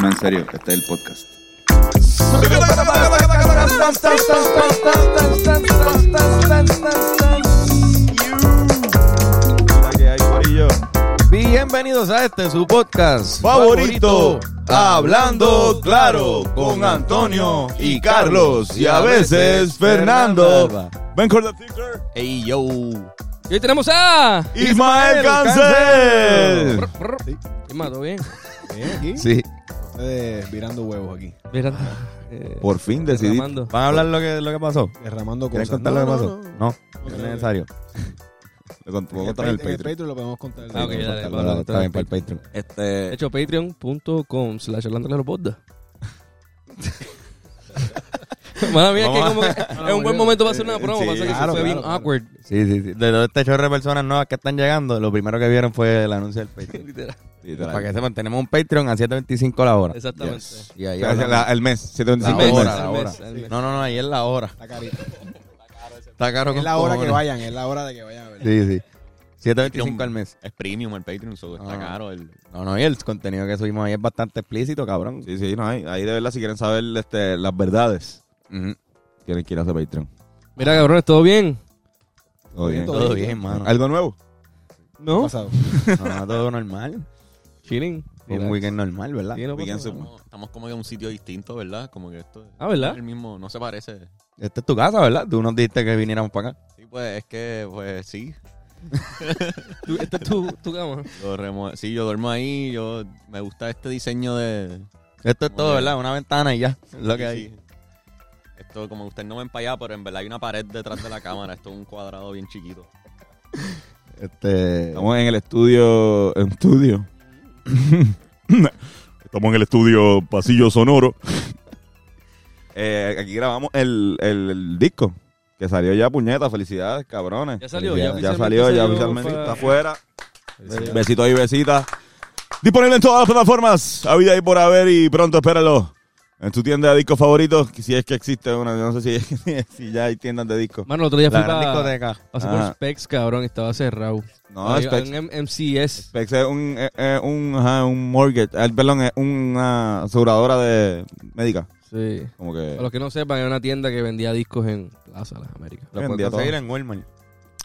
No, en serio, que está el podcast. Bienvenidos a este su podcast favorito, hablando claro con Antonio y Carlos y a veces Fernando. Ben Cordatigler, Hey yo. Y hoy tenemos a Ismael Cancel. Brr, brr. ¿Qué más, todo bien? Sí, Ustedes virando huevos aquí, Mira, eh, por fin decidí. Armando. ¿Van a hablar lo que, lo que pasó? derramando ¿Quieres cosas. contar lo que No, pasó? no, no. No, no es necesario. Lo cont- puedo En el contar Patreon- en en el el Patreon. Patreon lo podemos contar. Ah, ok, Podemos dale, contarlo, vale, dale, Está bien para vale. el Patreon. De Este, hecho, patreon.com slash hablando claro podda. Mala mía, es que como que es un buen momento para hacer una promo. Sí, pasa que claro, se fue claro, bien claro. awkward. sí, sí, sí. De todo este chorro de personas nuevas que están llegando, lo primero que vieron fue el anuncio del Patreon. Literal. para que sepan, tenemos un Patreon a 7.25 la hora. Exactamente. Y ahí O sea, hablamos. la- el mes, 725 La el mes. hora, la Al hora. mes, al mes. No, no, no, ahí es la hora. Está carito. Está caro Es con la hora que cojones. vayan, es la hora de que vayan a ver. Sí, sí. 7.25 al mes. Es premium el Patreon, so está Ah. caro. El... No, no, y el contenido que subimos ahí es bastante explícito, cabrón. Sí, sí, no, ahí, ahí de verdad si quieren saber este, las verdades, Ujú. tienen que ir a ese Patreon. Mira, cabrones, ¿todo bien? Todo bien. Todo Todo bien, mano. ¿Algo nuevo? ¿Qué ha ¿No? pasado? No, todo normal. Chilling. Un weekend normal, ¿verdad? Sí, no pasa Weekend nada. super- No, estamos como en un sitio distinto, ¿verdad? Como que esto Ah, ¿verdad? no es el mismo, no se parece. Esta es tu casa, ¿verdad? Tú nos dijiste que viniéramos para acá. Sí, pues es que, pues sí. Tú- Esta es tu, tu cama. Yo remo- sí, yo duermo ahí, yo me gusta este diseño de... Esto es Muy todo, bien. ¿verdad? Una ventana y ya. Es lo que Sí, hay. sí. Esto, como ustedes no ven para allá, pero en verdad hay una pared detrás de la cámara. Esto es un cuadrado bien chiquito. Este. Estamos en el estudio. en estudio. Estamos en el estudio Pasillo Sonoro. Eh, aquí grabamos el, el- el disco que salió ya, puñeta. Felicidades, cabrones. Ya salió, ya Ya oficialmente salió, ya salió oficialmente pa- está afuera. Besitos y besitas. Disponible en todas las plataformas. Habida y por haber y pronto espéralo. En tu tienda de discos favoritos, si es que existe una, yo no sé si, si ya hay tiendas de discos. Mano, el otro día fui La gran para discoteca. Ah. Super Ajá. Specs, cabrón, y estaba cerrado. No, Ahí, Specs- en M- MCS. Specs es un, eh, eh, un, ajá, un mortgage, eh, perdón, es una aseguradora de médica. Sí. Como Para que. los que no sepan, era una tienda que vendía discos en Plaza Las Américas. Lo Bien, puedes día conseguir en Walmart.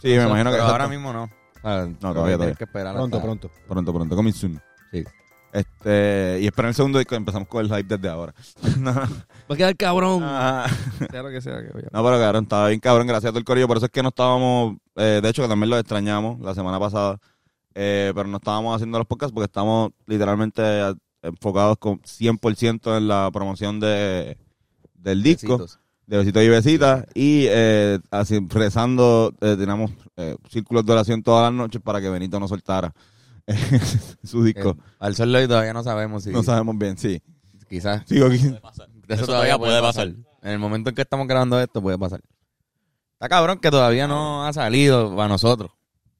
Sí, me imagino que Pero ahora ahora mismo no. Ah, no, todavía, tienes todavía. que esperar Pronto, hasta- pronto. Pronto, pronto, coming soon. Sí. Este, y espera el segundo disco, empezamos con el hype desde ahora. no, Va a quedar cabrón. Ah. Ajá. Sea lo que sea que vaya. No, pero cabrón, estaba bien cabrón, gracias a todo el corillo. Por eso es que no estábamos, eh, de hecho que también lo extrañamos la semana pasada, eh, pero no estábamos haciendo los podcasts porque estamos literalmente eh, enfocados con 100% en la promoción de, del disco. Besitos. de besitos y besitas y eh, así, rezando, eh, teníamos eh, círculos de oración todas las noches para que Benito no soltara su disco. Eh, al sol de hoy todavía no sabemos si. No sabemos bien, sí. Quizás. Sigo aquí. Eso, todavía puede pasar. En el momento en que estamos grabando esto, puede pasar. Está cabrón que todavía no ha salido para nosotros.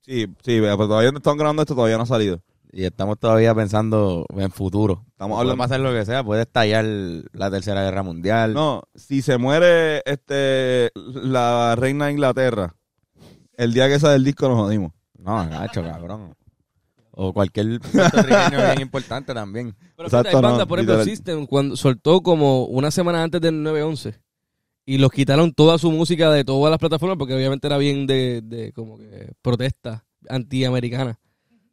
Sí, sí, pero todavía no estamos grabando esto, todavía no ha salido. Y estamos todavía pensando en futuro. Estamos Puede hablando- pasar lo que sea, puede estallar la tercera guerra mundial. No, si se muere este la reina de Inglaterra, el día que sale el disco nos jodimos. No, gacho, cabrón. O cualquier puertorriqueño bien importante también. Pero Exacto, fíjate, hay banda, no, por ejemplo, literal. System, cuando soltó como una semana antes del 9-11 y los quitaron toda su música de todas las plataformas porque obviamente era bien de, de como que protesta antiamericana.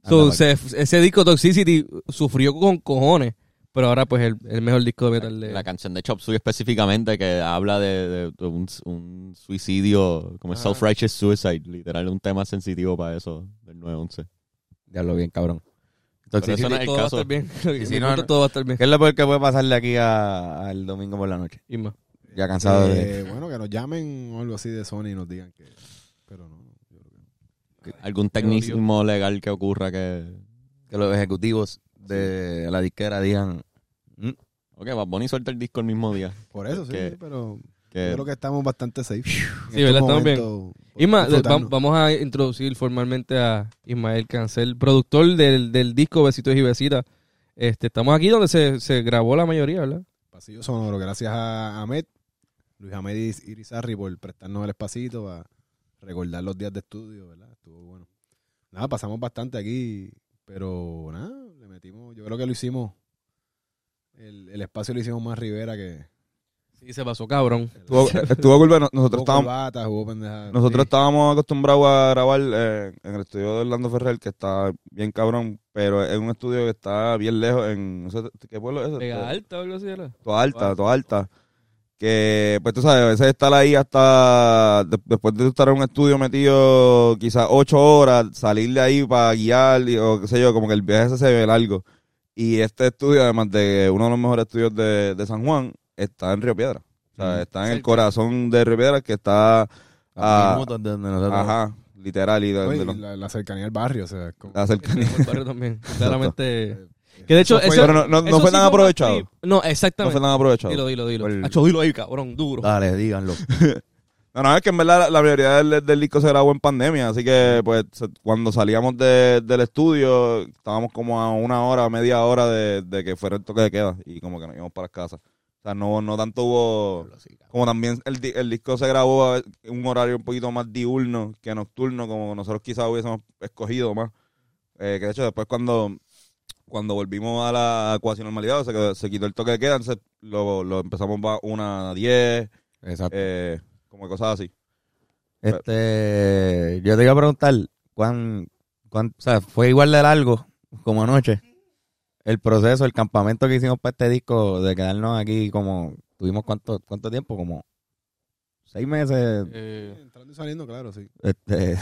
Ah, So, Anda, se- ese disco Toxicity sufrió con cojones, pero ahora pues el, el mejor disco de metal de... La canción de Chop Suey específicamente que habla de, de- de un, un suicidio, como el Ajá. self-righteous suicide, literal, un tema sensitivo para eso del 911. Ya lo bien, cabrón. Entonces, Pero eso sí, no sí, el todo va a caso. estar bien. Mi si no, punto, no. todo va a estar bien. ¿Qué es lo peor que puede pasar de aquí a- al domingo por la noche? Y más. Ya cansado de... Eh, bueno, que nos llamen o algo así de Sony y nos digan que. Pero no. yo creo que no. Algún tecnicismo legal que ocurra que... Que los ejecutivos de la disquera digan... "Mm, Ok, Bad Bunny suelta el disco el mismo día. Por eso, sí, Que- pero Que yo creo que estamos bastante safe. Sí, ¿verdad? Estamos bien. Isma, de- va- vamos a introducir formalmente a Ismael Cancel, productor del, del disco Besitos y Besitas. Este, estamos aquí donde se, se grabó la mayoría, ¿verdad? Pasillo sonoro, gracias a Ahmed, Luis Ahmed Iris- Irizarri por prestarnos el espacito para recordar los días de estudio, ¿verdad? Estuvo bueno. Nada, pasamos bastante aquí, pero nada, le metimos, yo creo que lo hicimos El, el espacio lo hicimos más Rivera que. Sí, se pasó cabrón. Estuvo, estuvo cool, bueno, nosotros Jugó estábamos, corbata, jugó pendejada. nosotros estábamos acostumbrados a grabar eh, en el estudio de Orlando Ferrer, que está bien cabrón, pero es un estudio que está bien lejos en... no sé, ¿Qué pueblo es ese? Pega alta o algo así era. Toda alta, toda alta. Que, pues tú sabes, a veces estar ahí hasta de- después de estar en un estudio metido quizás ocho horas, salir de ahí para guiar y- o qué sé yo, como que el viaje ese se ve largo. Y este estudio, además de uno de los mejores estudios de, de San Juan, está en Río Piedra. O sea, está en el cerca. corazón de Río Piedra que está, A Ah. minutos de donde nosotros. ajá, literal. Y de- Oye, de los- la, la cercanía al barrio, o sea, como- la cercanía. Por el barrio también. Claramente. Que de hecho. Eso fue- eso- Pero no, no, no eso Eh, fue sí tan un aprovechado. trip. No, No exactamente. fue tan aprovechado. Dilo, dilo, dilo. Por- Hacho, dilo ahí, cabrón, duro. Dale, díganlo. No, no, es que en verdad la, la mayoría del, del disco se grabó en pandemia, así que pues se- cuando salíamos de- del estudio estábamos como a una hora, media hora de, de que fuera el toque de queda y como que nos íbamos para las casas. O sea, no, no tanto hubo... Como también el, di- el disco se grabó a un horario un poquito más diurno que nocturno, como nosotros quizás hubiésemos escogido más. Eh, que de hecho después cuando, cuando volvimos a la cuasi normalidad, se, quedó- se quitó el toque de queda, entonces lo, lo empezamos a una a diez, Exacto. eh, como cosas así. Este, yo te iba a preguntar, ¿cuán, cuán- o sea, fue igual de largo como anoche? El proceso, el campamento que hicimos para este disco, de quedarnos aquí como, tuvimos cuánto, cuánto tiempo, como seis meses, Eh, Entrando y saliendo, claro, sí. este,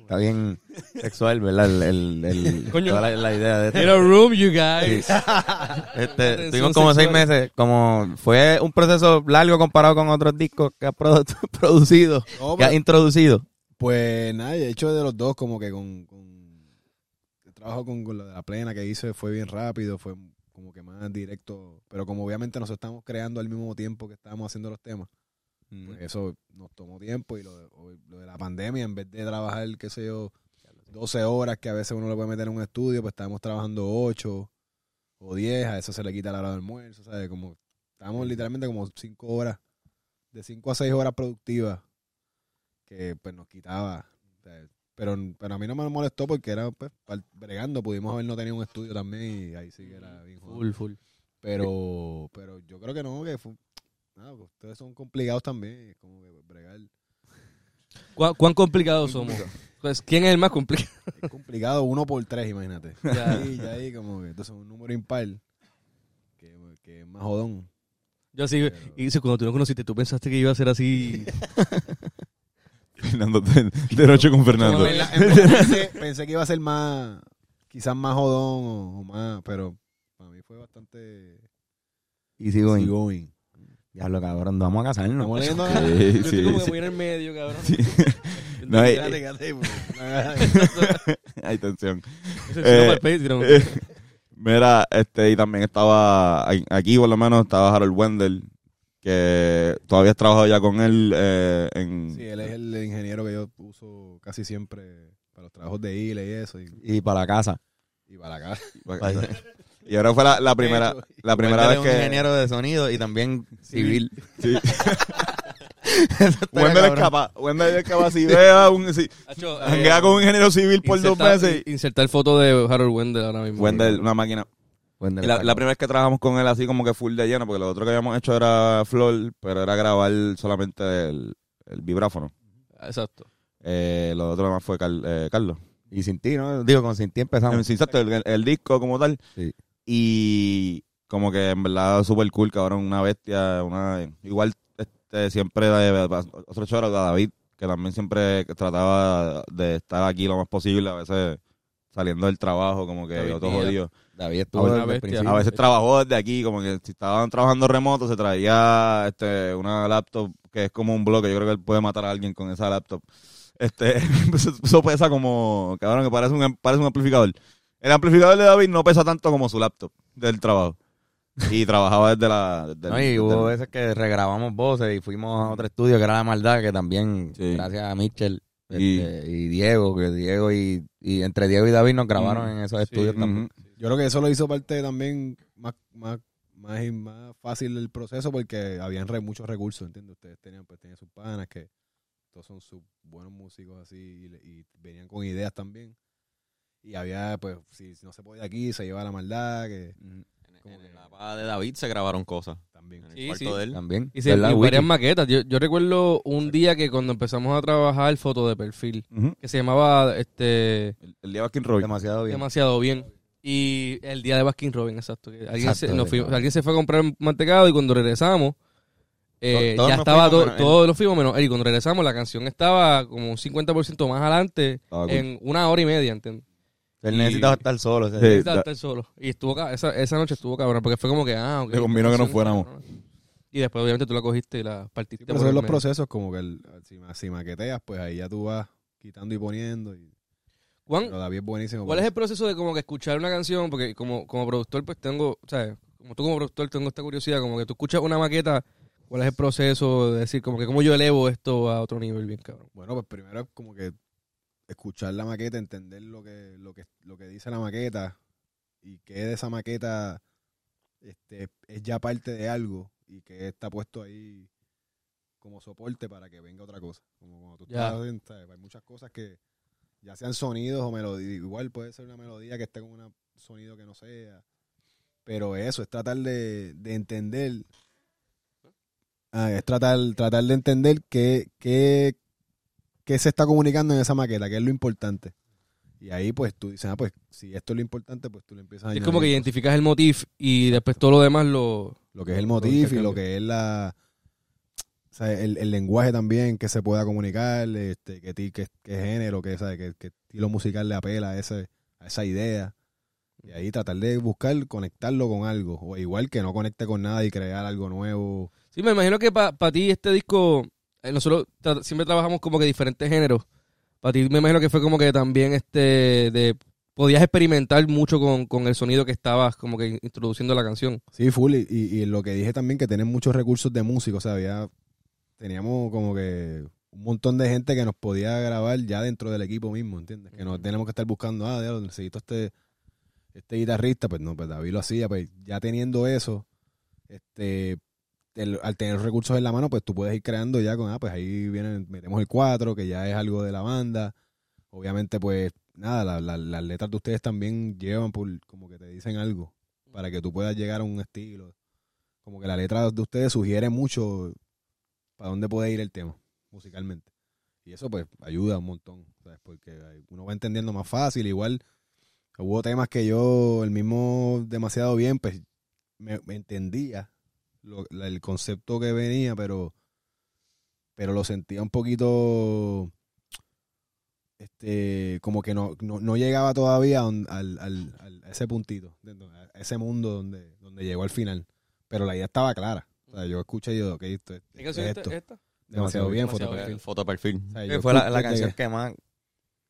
está bien sexual, ¿verdad? El, el- el- Coño. toda la, la idea de esto. in a room, you guys. Este, Tensión tuvimos como seis sexual. meses, como fue un proceso largo comparado con otros discos que has produ- producido, No, que has pero- introducido. pues nada, de hecho de los dos, como que con, con- el trabajo con, con la, la plena que hice fue bien rápido, fue como que más directo, pero como obviamente nos estamos creando al mismo tiempo que estábamos haciendo los temas, pues eso nos tomó tiempo y lo de, o- lo de la pandemia, en vez de trabajar, qué sé yo, 12 horas que a veces uno le puede meter en un estudio, pues estábamos trabajando 8 o 10, a eso se le quita la hora de almuerzo, ¿sabes? Como, estábamos literalmente como 5 horas, de 5 a 6 horas productivas, que pues nos quitaba. ¿sabes? Pero, pero a mí no me molestó porque era pues, pal- bregando, pudimos haber no tenido un estudio también y ahí sí que era bien jodido. Mm, Full, full. Pero, pero yo creo que no, que fue, nada, pues, ustedes son complicados también, es como que pues, bregar. ¿Cuán, cuán complicados somos? Pues, ¿quién es el más complicado? Es complicado uno por tres, imagínate. Ya. Y ya ahí como que entonces un número impar que, que es más jodón. Yo así, y dice, cuando tú no conociste, tú pensaste que iba a ser así. Fernando, de, de noche con Fernando. Pero en la- pensé, pensé que iba a ser más, quizás más jodón o, o más, pero para mí fue bastante Y sigo en- easy going. Diablo, cabrón, nos vamos a casarnos. Estamos leyendo. Sí, Yo estoy sí, como que sí. voy en el medio, cabrón. No, eh, Espérate, espérate, pues. Hay tensión. Eso es solo eh, para el Patreon. Eh, Mira, este, y también estaba a- aquí, por lo menos, estaba Harold Wendell, que todavía has trabajado ya con él eh, en. Sí, él es el ingeniero que yo uso casi siempre para los trabajos de ILE y eso, y, Y para la casa. y para acá. Y ahora fue la, la primera, la primera vez Wendell es un que. ingeniero de sonido y también civil. Sí. Eso está Wendell es este cabrón. capaz. Wendell es capaz. Si vea un. Si, Hacho, eh, janguea con un ingeniero civil por dos insertar- meses. y- Insertar foto de Harold Wendell ahora mismo. Wendell, una máquina. Wendell Y la, está la cabrón. primera vez que trabajamos con él así como que full de lleno, porque lo otro que habíamos hecho era Flor, pero era grabar solamente el, el vibráfono. Ah, Exacto. Eh, lo otro más fue Car- eh, Carlos. Y sin ti, ¿no? Digo, con sin ti empezamos. En sí, exacto, el, el disco como tal. Sí. Y como que en verdad super cool, cabrón, una bestia, una igual este siempre eh, otro choro a David, que también siempre trataba de estar aquí lo más posible, a veces saliendo del trabajo, como que David otro Díaz. jodido. David A estuvo veces- desde el bestia. principio. A veces trabajó desde aquí, como que si estaban trabajando remoto, se traía este, una laptop que es como un bloque. Yo creo que él puede matar a alguien con esa laptop. Este, eso, eso pesa como, cabrón, que parece un, parece un amplificador. El amplificador de David no pesa tanto como su laptop del trabajo. Y trabajaba desde la. desde el- No, y hubo desde el- veces que regrabamos voces y fuimos a otro estudio que era La Maldad, que también, Sí. gracias a Mitchell este, Y- y, Diego, que Diego y, y entre Diego y David nos Mm. grabaron en esos estudios también. Ujú. Yo creo que eso lo hizo parte también más, más, más, y más fácil el proceso porque habían re- muchos recursos, ¿entiendes? Ustedes tenían, pues, tenían sus panas que todos son sus buenos músicos así y, le- y venían con ideas también. Y había, pues, si no se podía aquí, se llevaba la maldad, que En- como en que la papá de David se grabaron cosas También. en el Sí, cuarto sí. de él. También. Y, se, ¿Verdad, y Wiki? varias maquetas. Yo, yo recuerdo un día que cuando empezamos a trabajar foto de perfil, Ujú. que se llamaba este El, el día de Baskin Robbins. Demasiado bien. demasiado bien. Y el día de Baskin Robin, exacto. que Alguien, Exacto, se, nos sí. fuimos- alguien se fue a comprar un mantecado y cuando regresamos, eh, To- todos ya nos fuimos estaba todo, menos él. todos los fuimos menos él. Y cuando regresamos, la canción estaba como un 50% más adelante Estaba cool. en una hora y media, ¿entiendes? Él necesitaba estar solo. ese Sí. día. Está- da- está él solo. Y estuvo ca- esa, esa noche estuvo cabrón, porque fue como que, ah, ok, Le convino que nos fuéramos. Y después, obviamente, tú la cogiste y la partiste. Pero por son el los medio. procesos como que el- si, ma- si maqueteas, pues ahí ya tú vas quitando y poniendo. Y, Juan, pero David es buenísimo. ¿Cuál es el proceso de como que escuchar una canción? Porque como, como productor, pues tengo, ¿sabes? Como tú como productor tengo esta curiosidad, como que tú escuchas una maqueta, ¿cuál es el proceso de decir como que cómo yo elevo esto a otro nivel bien cabrón? Bueno, pues primero es como que escuchar la maqueta, entender lo que, lo que, lo que dice la maqueta y qué de esa maqueta este, es ya parte de algo y que está puesto ahí como soporte para que venga otra cosa. Como cuando tú Ya. estás en- ¿sabes? hay muchas cosas que ya sean sonidos o melodías, igual puede ser una melodía que esté con un sonido que no sea. Pero eso, es tratar de, de entender. Ah, es tratar, tratar de entender qué, qué, qué se está comunicando en esa maqueta, qué es lo importante. Y ahí pues tú dices, ah, pues si esto es lo importante, pues tú le empiezas a es como que añadir identificas el motif y después todo lo demás lo... lo que es el Lo motif y intercambio. lo que es la o sea, el, el lenguaje también que se pueda comunicar, este, qué, ti- qué- qué género, qué, ¿sabes? qué- qué estilo musical le apela a, ese, a esa idea. Y ahí tratar de buscar conectarlo con algo. O igual que no conecte con nada y crear algo nuevo. Sí, me imagino que para ti este disco, eh, nosotros tra- siempre trabajamos como que diferentes géneros. Para ti me imagino que fue como que también este de... Podías experimentar mucho con, con el sonido que estabas como que introduciendo a la canción. Sí, full. Y, y- y lo que dije también, que tienen muchos recursos de música. O sea, había, teníamos como que un montón de gente que nos podía grabar ya dentro del equipo mismo, ¿entiendes? Que no tenemos que estar buscando, ah, diablo, necesito este, este guitarrista. Pues no, pues David lo hacía. Pues ya teniendo eso, este, el- al tener los recursos en la mano, pues tú puedes ir creando ya con, ah, pues ahí vienen, metemos el 4, que ya es algo de la banda. Obviamente, pues nada, la- la- las letras de ustedes también llevan por, como que te dicen algo para que tú puedas llegar a un estilo. Como que la letra de ustedes sugiere mucho para dónde puede ir el tema musicalmente. Y eso pues ayuda un montón, ¿sabes? Porque eh, uno va entendiendo más fácil. Igual hubo temas que yo, el mismo demasiado bien, pues me, me entendía lo- la- el concepto que venía, pero, pero lo sentía un poquito... Este, como que no, no, no llegaba todavía a un- al, al- al- a ese puntito, ¿entiendes? a ese mundo donde, donde llegó al final. Pero la idea estaba clara. O sea, yo escuché y yo, ok, esto, es- ¿Qué esto canción es es esto. esta? Demasiado bien, Demasiado fotoperfil. El fotoperfil. O sea, Sí, yo fue la, escuché la canción que- que más,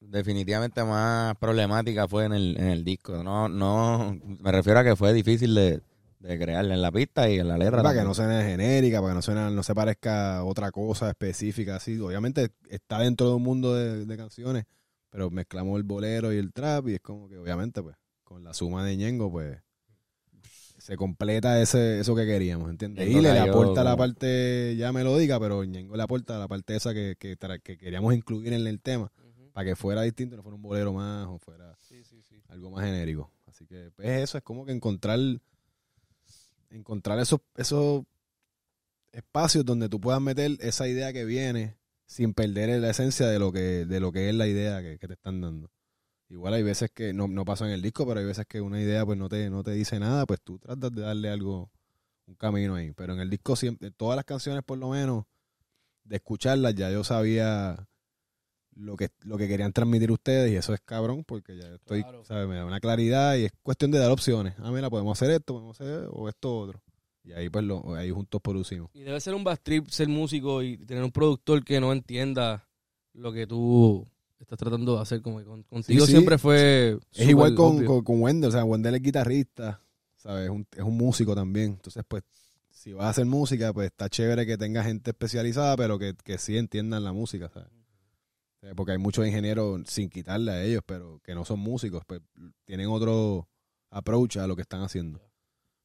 definitivamente más problemática fue en el, en el disco. No, no, me refiero a que fue difícil de, de crearla en la pista y en la letra. Para que también. no suene genérica, para que no, suene, no se parezca a otra cosa específica, así. Obviamente está dentro de un mundo de, de canciones, pero mezclamos el bolero y el trap y es como que obviamente pues con la suma de Ñengo pues se completa ese eso que queríamos, ¿entiendes? Ñengo Y le, le cayó aporta la como- parte ya melódica, pero Ñengo le aporta la parte esa que, que, tra- que queríamos incluir en el tema para que fuera distinto, no fuera un bolero más o fuera... Sí, sí, sí. algo más genérico. Así que pues, eso es como que encontrar encontrar esos esos espacios donde tú puedas meter esa idea que viene sin perder la esencia de lo que de lo que es la idea que, que te están dando. Igual hay veces que no, no pasa en el disco, pero hay veces que una idea pues no te no te dice nada, pues tú tratas de darle algo un camino ahí, pero en el disco siempre todas las canciones por lo menos de escucharlas ya yo sabía lo que, lo que querían transmitir ustedes y eso es cabrón porque ya yo estoy, Claro. ¿sabes? Me da una claridad y es cuestión de dar opciones. Ah, mira, podemos hacer esto, podemos hacer o esto otro. Y ahí pues lo, ahí juntos producimos. Y debe ser un bad trip ser músico y tener un productor que no entienda lo que tú estás tratando de hacer. Como que con- contigo sí. siempre fue. Es súper igual con, obvio. con, con Wendell, o sea, Wendell es guitarrista, ¿sabes? Es un, es un músico también. Entonces, pues, si vas a hacer música, pues está chévere que tenga gente especializada, pero que, que sí entiendan la música, ¿sabes? Eh, Porque hay muchos ingenieros, sin quitarle a ellos, pero que no son músicos, pues tienen otro approach a lo que están haciendo.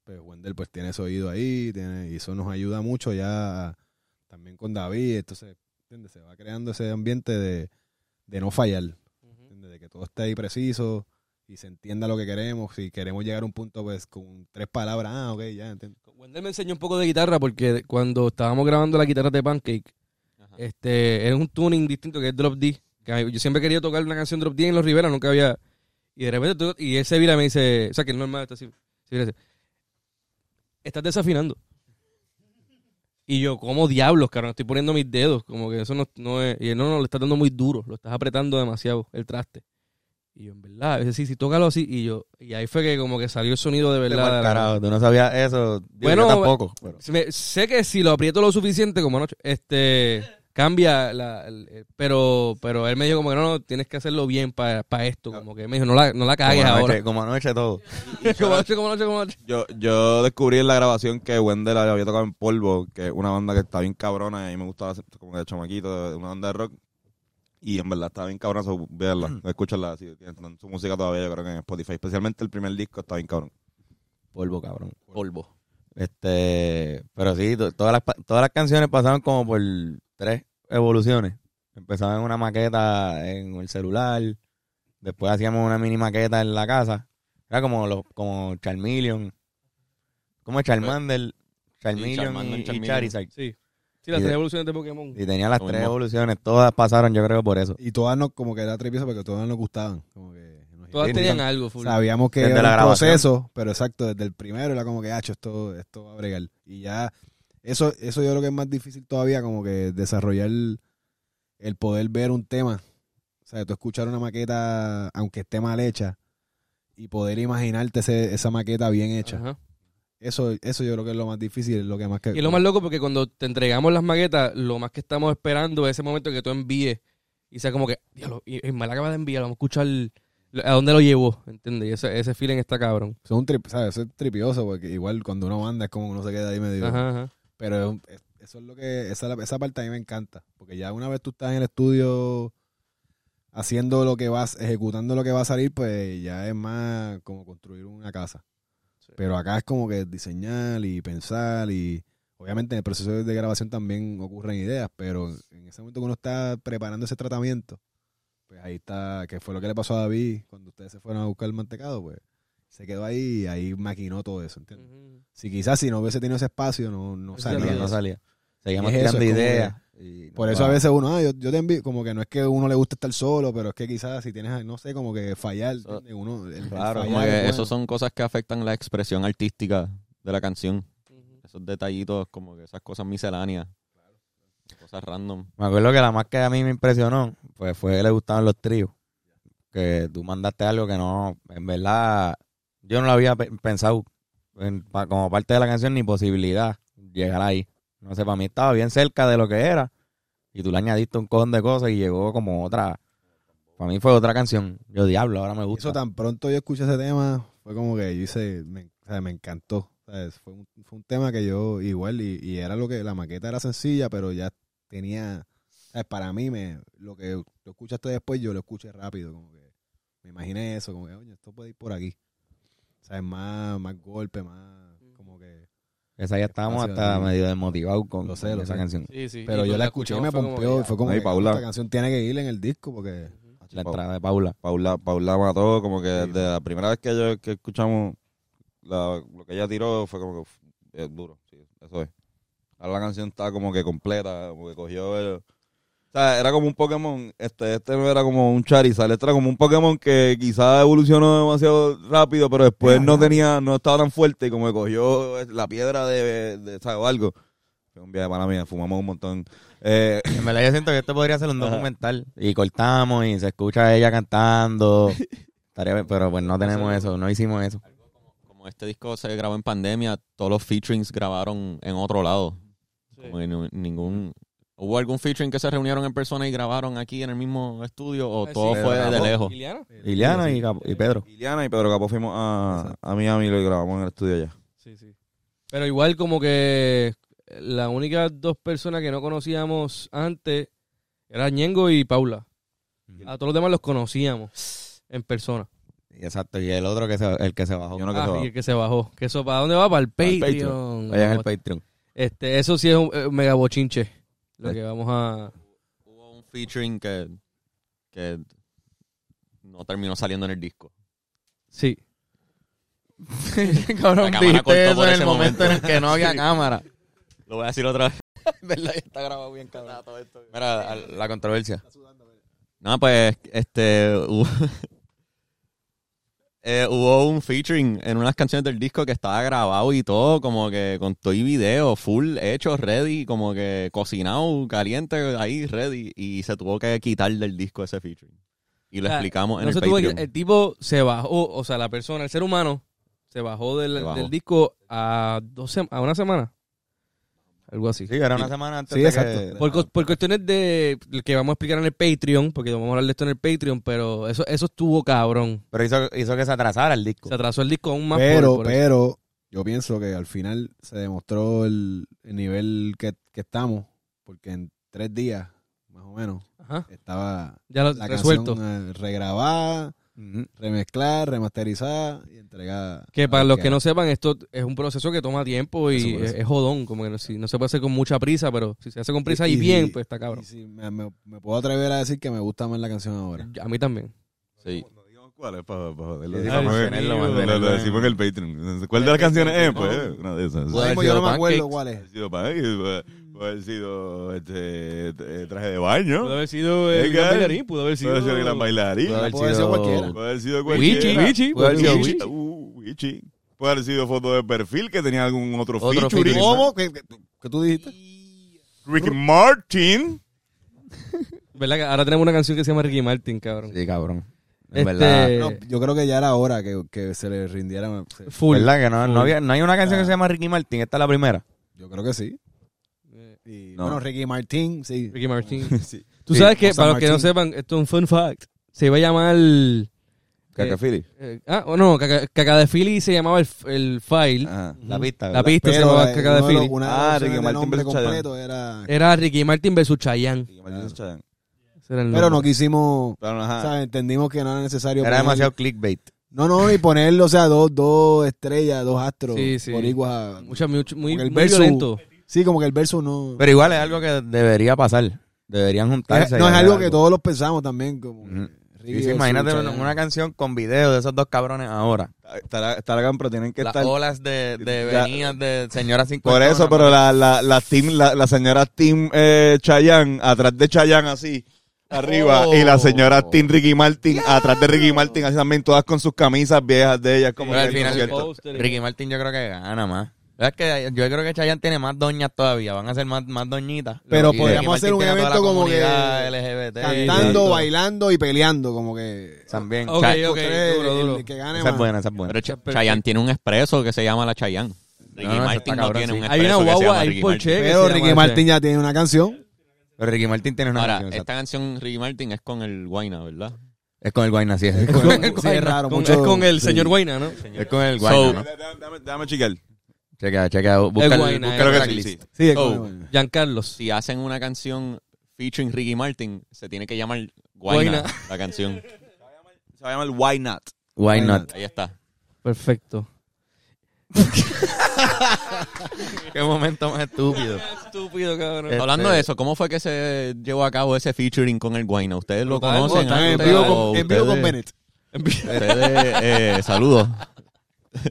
Pues Wendell, pues tiene ese oído ahí, tiene, y eso nos ayuda mucho ya a- también con David, entonces, ¿entiendes? Se va creando ese ambiente de, de no fallar, ¿entiendes? De que todo esté ahí preciso, y se entienda lo que queremos. Si queremos llegar a un punto, pues con tres palabras, ah, ok, ya entiendo. Wendell me enseñó un poco de guitarra porque cuando estábamos grabando la guitarra de Pancake, Ajá. este, era un tuning distinto que es Drop D. que a mí- yo siempre quería tocar una canción Drop D en los Rivera, nunca había. Y de repente, tú- y él se vira y me dice, o sea, que es normal, está así, se vira y dice, estás desafinando. Y yo, como diablos, cabrón, estoy poniendo mis dedos, como que eso no, no es. Y él, no, no, le estás dando muy duro, lo estás apretando demasiado el traste. Y yo, en verdad, a veces sí, sí, tócalo así. Y yo, y ahí fue que como que salió el sonido de Te verdad. pa'l de la- carajo, tú no sabías eso. Digo, Bueno, yo tampoco. pero- se me- sé que si lo aprieto lo suficiente, como anoche, este cambia la el- el- pero pero él me dijo como que no, no tienes que hacerlo bien para esto como que me dijo no la, no la cagues como anoche, ahora Como anoche todo. como anoche como anoche como anoche Yo, yo descubrí en la grabación que Wendell había tocado en Polvo, que es una banda que está bien cabrona y a mí me gustaba hacer como que de chamaquito, de una banda de rock. Y en verdad está bien cabrona so, verla, escucharla así. tienen Su música todavía, yo creo que en Spotify, especialmente el primer disco, está bien cabrón. Polvo, cabrón. Polvo. Este, pero sí, to- todas las, pa- todas las canciones pasaron como por tres evoluciones. Empezaba en una maqueta en el celular, después hacíamos una mini maqueta en la casa. Era como los, como Charmeleon, como Charmander, Charmeleon Charmander, y, y Charmeleon. Charizard. sí sí las Y de- tres evoluciones de Pokémon Y tenía las Lo tres mismo. evoluciones, todas pasaron yo creo por eso. Y todas nos, como que era tripieza porque todas nos gustaban. Como que nos todas identificaban. tenían algo full. Sabíamos que Desde era la un grabación. proceso, pero exacto, desde el primero era como que, hacho, esto, esto va a bregar. Y ya, eso, eso yo creo que es más difícil todavía, como que desarrollar el, el poder ver un tema. O sea, tú escuchar una maqueta, aunque esté mal hecha, y poder imaginarte ese- esa maqueta bien hecha. Ajá. Eso, eso yo creo que es lo más difícil, es lo que más que... y es lo más loco porque cuando te entregamos las maquetas lo más que estamos esperando es ese momento que tú envíes y sea como que diablo y, y me la acaba de enviar vamos a escuchar lo- a dónde lo llevó ¿entiendes? Y ese, ese feeling está cabrón Eso es un trip, ¿sabes? Eso es tripioso, porque igual cuando uno manda es como que uno se queda ahí medio... ajá, ajá. Pero es un- es- eso es lo que. Esa, esa parte a mí me encanta. Porque ya una vez tú estás en el estudio haciendo lo que vas, ejecutando lo que va a salir, pues ya es más como construir una casa. Pero acá es como que diseñar y pensar y. Obviamente en el proceso de grabación también ocurren ideas, pero en ese momento que uno está preparando ese tratamiento, pues ahí está, que fue lo que le pasó a David cuando ustedes se fueron a buscar el mantecado, pues se quedó ahí y ahí maquinó todo eso, ¿entiendes? Ujú. Si quizás si no hubiese tenido ese espacio, no, no Eso salía. No, también. no salía. Seguíamos Y es eso, tirando es como ideas. y- Por eso a veces uno, ah, yo, yo te envío, como que no es que a uno le guste estar solo, pero es que quizás si tienes, no sé, como que fallar, Eso- ¿entiendes? uno, el- el Claro, Como fallar que es bueno. Esas son cosas que afectan la expresión artística de la canción. Esos detallitos, como que esas cosas misceláneas. Cosas random. Me acuerdo que la más que a mí me impresionó pues fue que le gustaban los tríos. Que tú mandaste algo que no, en verdad, yo no lo había pe- pensado en- pa- como parte de la canción ni posibilidad llegar ahí. No sé, para mí estaba bien cerca de lo que era y tú le añadiste un cojón de cosas y llegó como otra. Para mí fue otra canción. Yo, diablo, ahora me gusta. Eso tan pronto yo escuché ese tema, fue como que yo hice, me, o sea, me encantó. ¿sabes? Fue, un, fue un tema que yo igual, y, y era lo que, la maqueta era sencilla, pero ya tenía, ¿sabes? para mí, me, lo que tú escuchaste después, yo lo escuché rápido, como que me imaginé eso, como que, oye, esto puede ir por aquí. ¿Sabes? Más, más golpe, más, como que... Esa ya estábamos Espacio hasta ahí. medio desmotivados con, Lo sé, con lo esa sé. canción. Sí, sí. Pero Y yo cuando la escuché y me escuchamos fue pompeó. como y Fue como Ay, que Paula. esta canción tiene que ir en el disco porque La entrada de Paula. Paula, Paula mató, como que desde la primera vez que, yo, que escuchamos la- lo que ella tiró fue como que uf, es duro, sí, eso es. Ahora la canción está como que completa, como que cogió el- O sea, era como un Pokémon, este, este no era como un Charizard, este era como un Pokémon que quizás evolucionó demasiado rápido, pero después no tenía, no estaba tan fuerte y como que cogió la piedra de, de, ¿sabes? o algo. Fue un viaje para mí, fumamos un montón. Eh, En verdad yo siento que esto podría ser un documental. Y cortamos y se escucha ella cantando. Estaría bien, pero pues no tenemos eso, no hicimos eso. Como este disco se grabó en pandemia, todos los featurings grabaron en otro lado. Como que ni- ningún... ¿Hubo algún featuring que se reunieron en persona y grabaron aquí en el mismo estudio o Ah, todo sí. fue de Grabó. lejos? ¿Iliana? Ileana y, Cap- y Pedro. Iliana y Pedro Capó fuimos a, a Miami y lo grabamos en el estudio allá. Sí, sí. Pero igual como que las únicas dos personas que no conocíamos antes eran Ñengo y Paula. A todos los demás los conocíamos en persona. Y Exacto, y el otro que se, el que se bajó. Yo no que Ah, se va. y el que se bajó. ¿Que eso para dónde va? Para el Al Patreon. Patreon. Allá en el Patreon. Este, eso sí es un eh, mega bochinche. Lo que vamos a... Hubo un featuring que, que no terminó saliendo en el disco. Sí. La Cabrón, cámara cortó dijiste eso por en ese el momento en el momento. que no había Sí. cámara. Lo voy a decir otra vez. verdad, está grabado bien cabrón. Mira, al- la controversia. No, pues, este. Hubo, Eh, hubo un featuring en unas canciones del disco que estaba grabado y todo, como que con todo y video, full hecho, ready, como que cocinado, caliente, ahí, ready. Y se tuvo que quitar del disco ese featuring. Y lo O sea, explicamos en Ah, No el se tuvo que- Patreon. el tipo se bajó, o sea, la persona, el ser humano, se bajó del, Se bajó. del disco a, dos sema- a una semana. Algo así. Sí, era una semana antes Sí, de ah, exacto. que... Por, cu- por cuestiones de que vamos a explicar en el Patreon, porque vamos a hablar de esto en el Patreon, pero eso, eso estuvo cabrón. Pero hizo, hizo que se atrasara el disco. Se atrasó el disco aún más. por- Pero, por eso. pero, yo pienso que al final se demostró el, el nivel que, que estamos, porque en tres días, más o menos, Ajá, estaba ya lo la resuelto. canción eh, regrabada, Ujú. remezclada, remasterizada y entregada. Que a para los que quieran. no sepan, esto es un proceso que toma tiempo Eso y por es, eso. es jodón. Como que no, si- no se puede hacer con mucha prisa, pero si se hace con prisa y, y- bien, y- pues está cabrón. Y si me, me- me puedo atrever a decir que me gusta más la canción ahora. A mí también. Sí. No digamos cuál es, para joderlo. Sí, sí, Lo- para lo- mantenerlo, lo- mantenerlo. Lo decimos en el Patreon. ¿Cuál de las canciones es? Pues, una de esas. Puede Ahora haber mismo sido yo no me acuerdo Pancakes. cuál es. Puede haber sido Pancakes, puede- puede haber sido este, eh, traje de baño. haber sido el gran bailarín, pudo haber Puede ser el gran bailarín. Pudo haber Puede haber sido cualquiera. Puede haber sido Wichi, cualquiera. Wichi, Puede haber sido Wichi. Wichi. Uh, Wichi. Puede haber sido foto de perfil que tenía algún otro, Otro featuring. featuring. ¿Cómo? ¿Qué, qué- qué tú dijiste? Eh. Ricky Martin. Eh, ¿Verdad que ahora tenemos una canción que se llama Ricky Martin, cabrón? Sí, cabrón. En Este- verdad. Eh. No, yo creo que ya era hora que, que se le rindiera. se- Full. ¿Verdad que no, no, había- no hay una canción que Ah. se llama Ricky Martin? Esta es la primera. Yo creo que sí. Eh, Y, No. Bueno, Ricky Martín, sí. Ricky Martin. Sí. Tú Sí, sabes que, José para los que no Martín. sepan, esto es un fun fact. Se iba a llamar. Cacafili. eh, ah, o no, Caca Caca de Philly se llamaba el, el file. Ajá. La pista. la ¿verdad? pista se Ah, Pero llamaba eh, Caca de uno de los- Philly. Eh, una de Ah, las opciones Ricky de Martin nombre versus Chayanne. completo era... Era Ricky Martin versus Chayanne. Ricky Martin es Chayanne. Ese era el Pero no nombre. quisimos... Claro, o ajá. sea, entendimos que no era necesario Era poner- demasiado clickbait. No, no, y ponerlo, o sea, dos, dos estrellas, dos astros, Sí, sí. boricuas a- Mucha- mucho- muy, Porque el muy verso- violento. Sí, como que el verso no... Pero igual es algo que debería pasar. Deberían Es- juntarse. y no es hacer algo que todos los pensamos también, como... Ujú. Ricky Sí, sí, versus imagínate una, Chayanne. una canción con video de esos dos cabrones ahora. Estará- Estarán, pero tienen que Las estar. olas de, de Ya. venidas de señoras sin Por eso, pero la, la, la team, la, la señora Team eh, Chayanne, atrás de Chayanne así, arriba, Oh. y la señora Team Ricky Martin, atrás de Ricky Martin, así también, todas con sus camisas viejas de ellas, como Pero que al el final, concierto. Póster y- Ricky Martin yo creo que gana más. Es que yo creo que Chayanne tiene más doñas todavía, van a ser más, más doñitas. Pero Y Ricky podríamos Martin hacer un tiene a toda la evento como que comunidad LGBT, Cantando, todo. bailando y peleando, como que... También. Ok, Chay- ok, Ustedes, duro, el- duro. el que gane Esa es más. buena, esa es buena. Pero Ch- Chayanne tiene un expreso que se llama La Chayanne. Ricky eh, no, eso está Martin no cabrón, tiene sí. un Hay una expreso que se guagua, llama hay Ricky un Martin. Porsche. que Pero se Ricky llama Martin ese. ya tiene una canción. Pero Ricky Martin tiene una Ahora, canción, esta canción Ricky Martin es con el Guayna, ¿verdad? Es con el Guayna, sí. Es Es con, con- Es con- sí, es raro, con- mucho- es con el sí. señor Guaina, ¿no? es con el Guayna, So- ¿no? Dame, dame, dame chequear. Checa, checa. Busca el, Guayna, busca es Creo la que sí, tracklist. sí. Sí, es Oh. como- Giancarlos. Si hacen una canción featuring Ricky Martin, se tiene que llamar Guayna Guayna. la canción. Se va a llamar Why Not. Why Why not? Ahí está. Perfecto. Qué momento más estúpido. Estúpido, cabrón. Este- Hablando de eso, ¿cómo fue que se llevó a cabo ese featuring con el Guayna? ¿Ustedes lo Brutal. conocen? Están en ¿Ustedes- vivo o con- en vivo con ustedes- Bennett. ustedes, eh, saludos.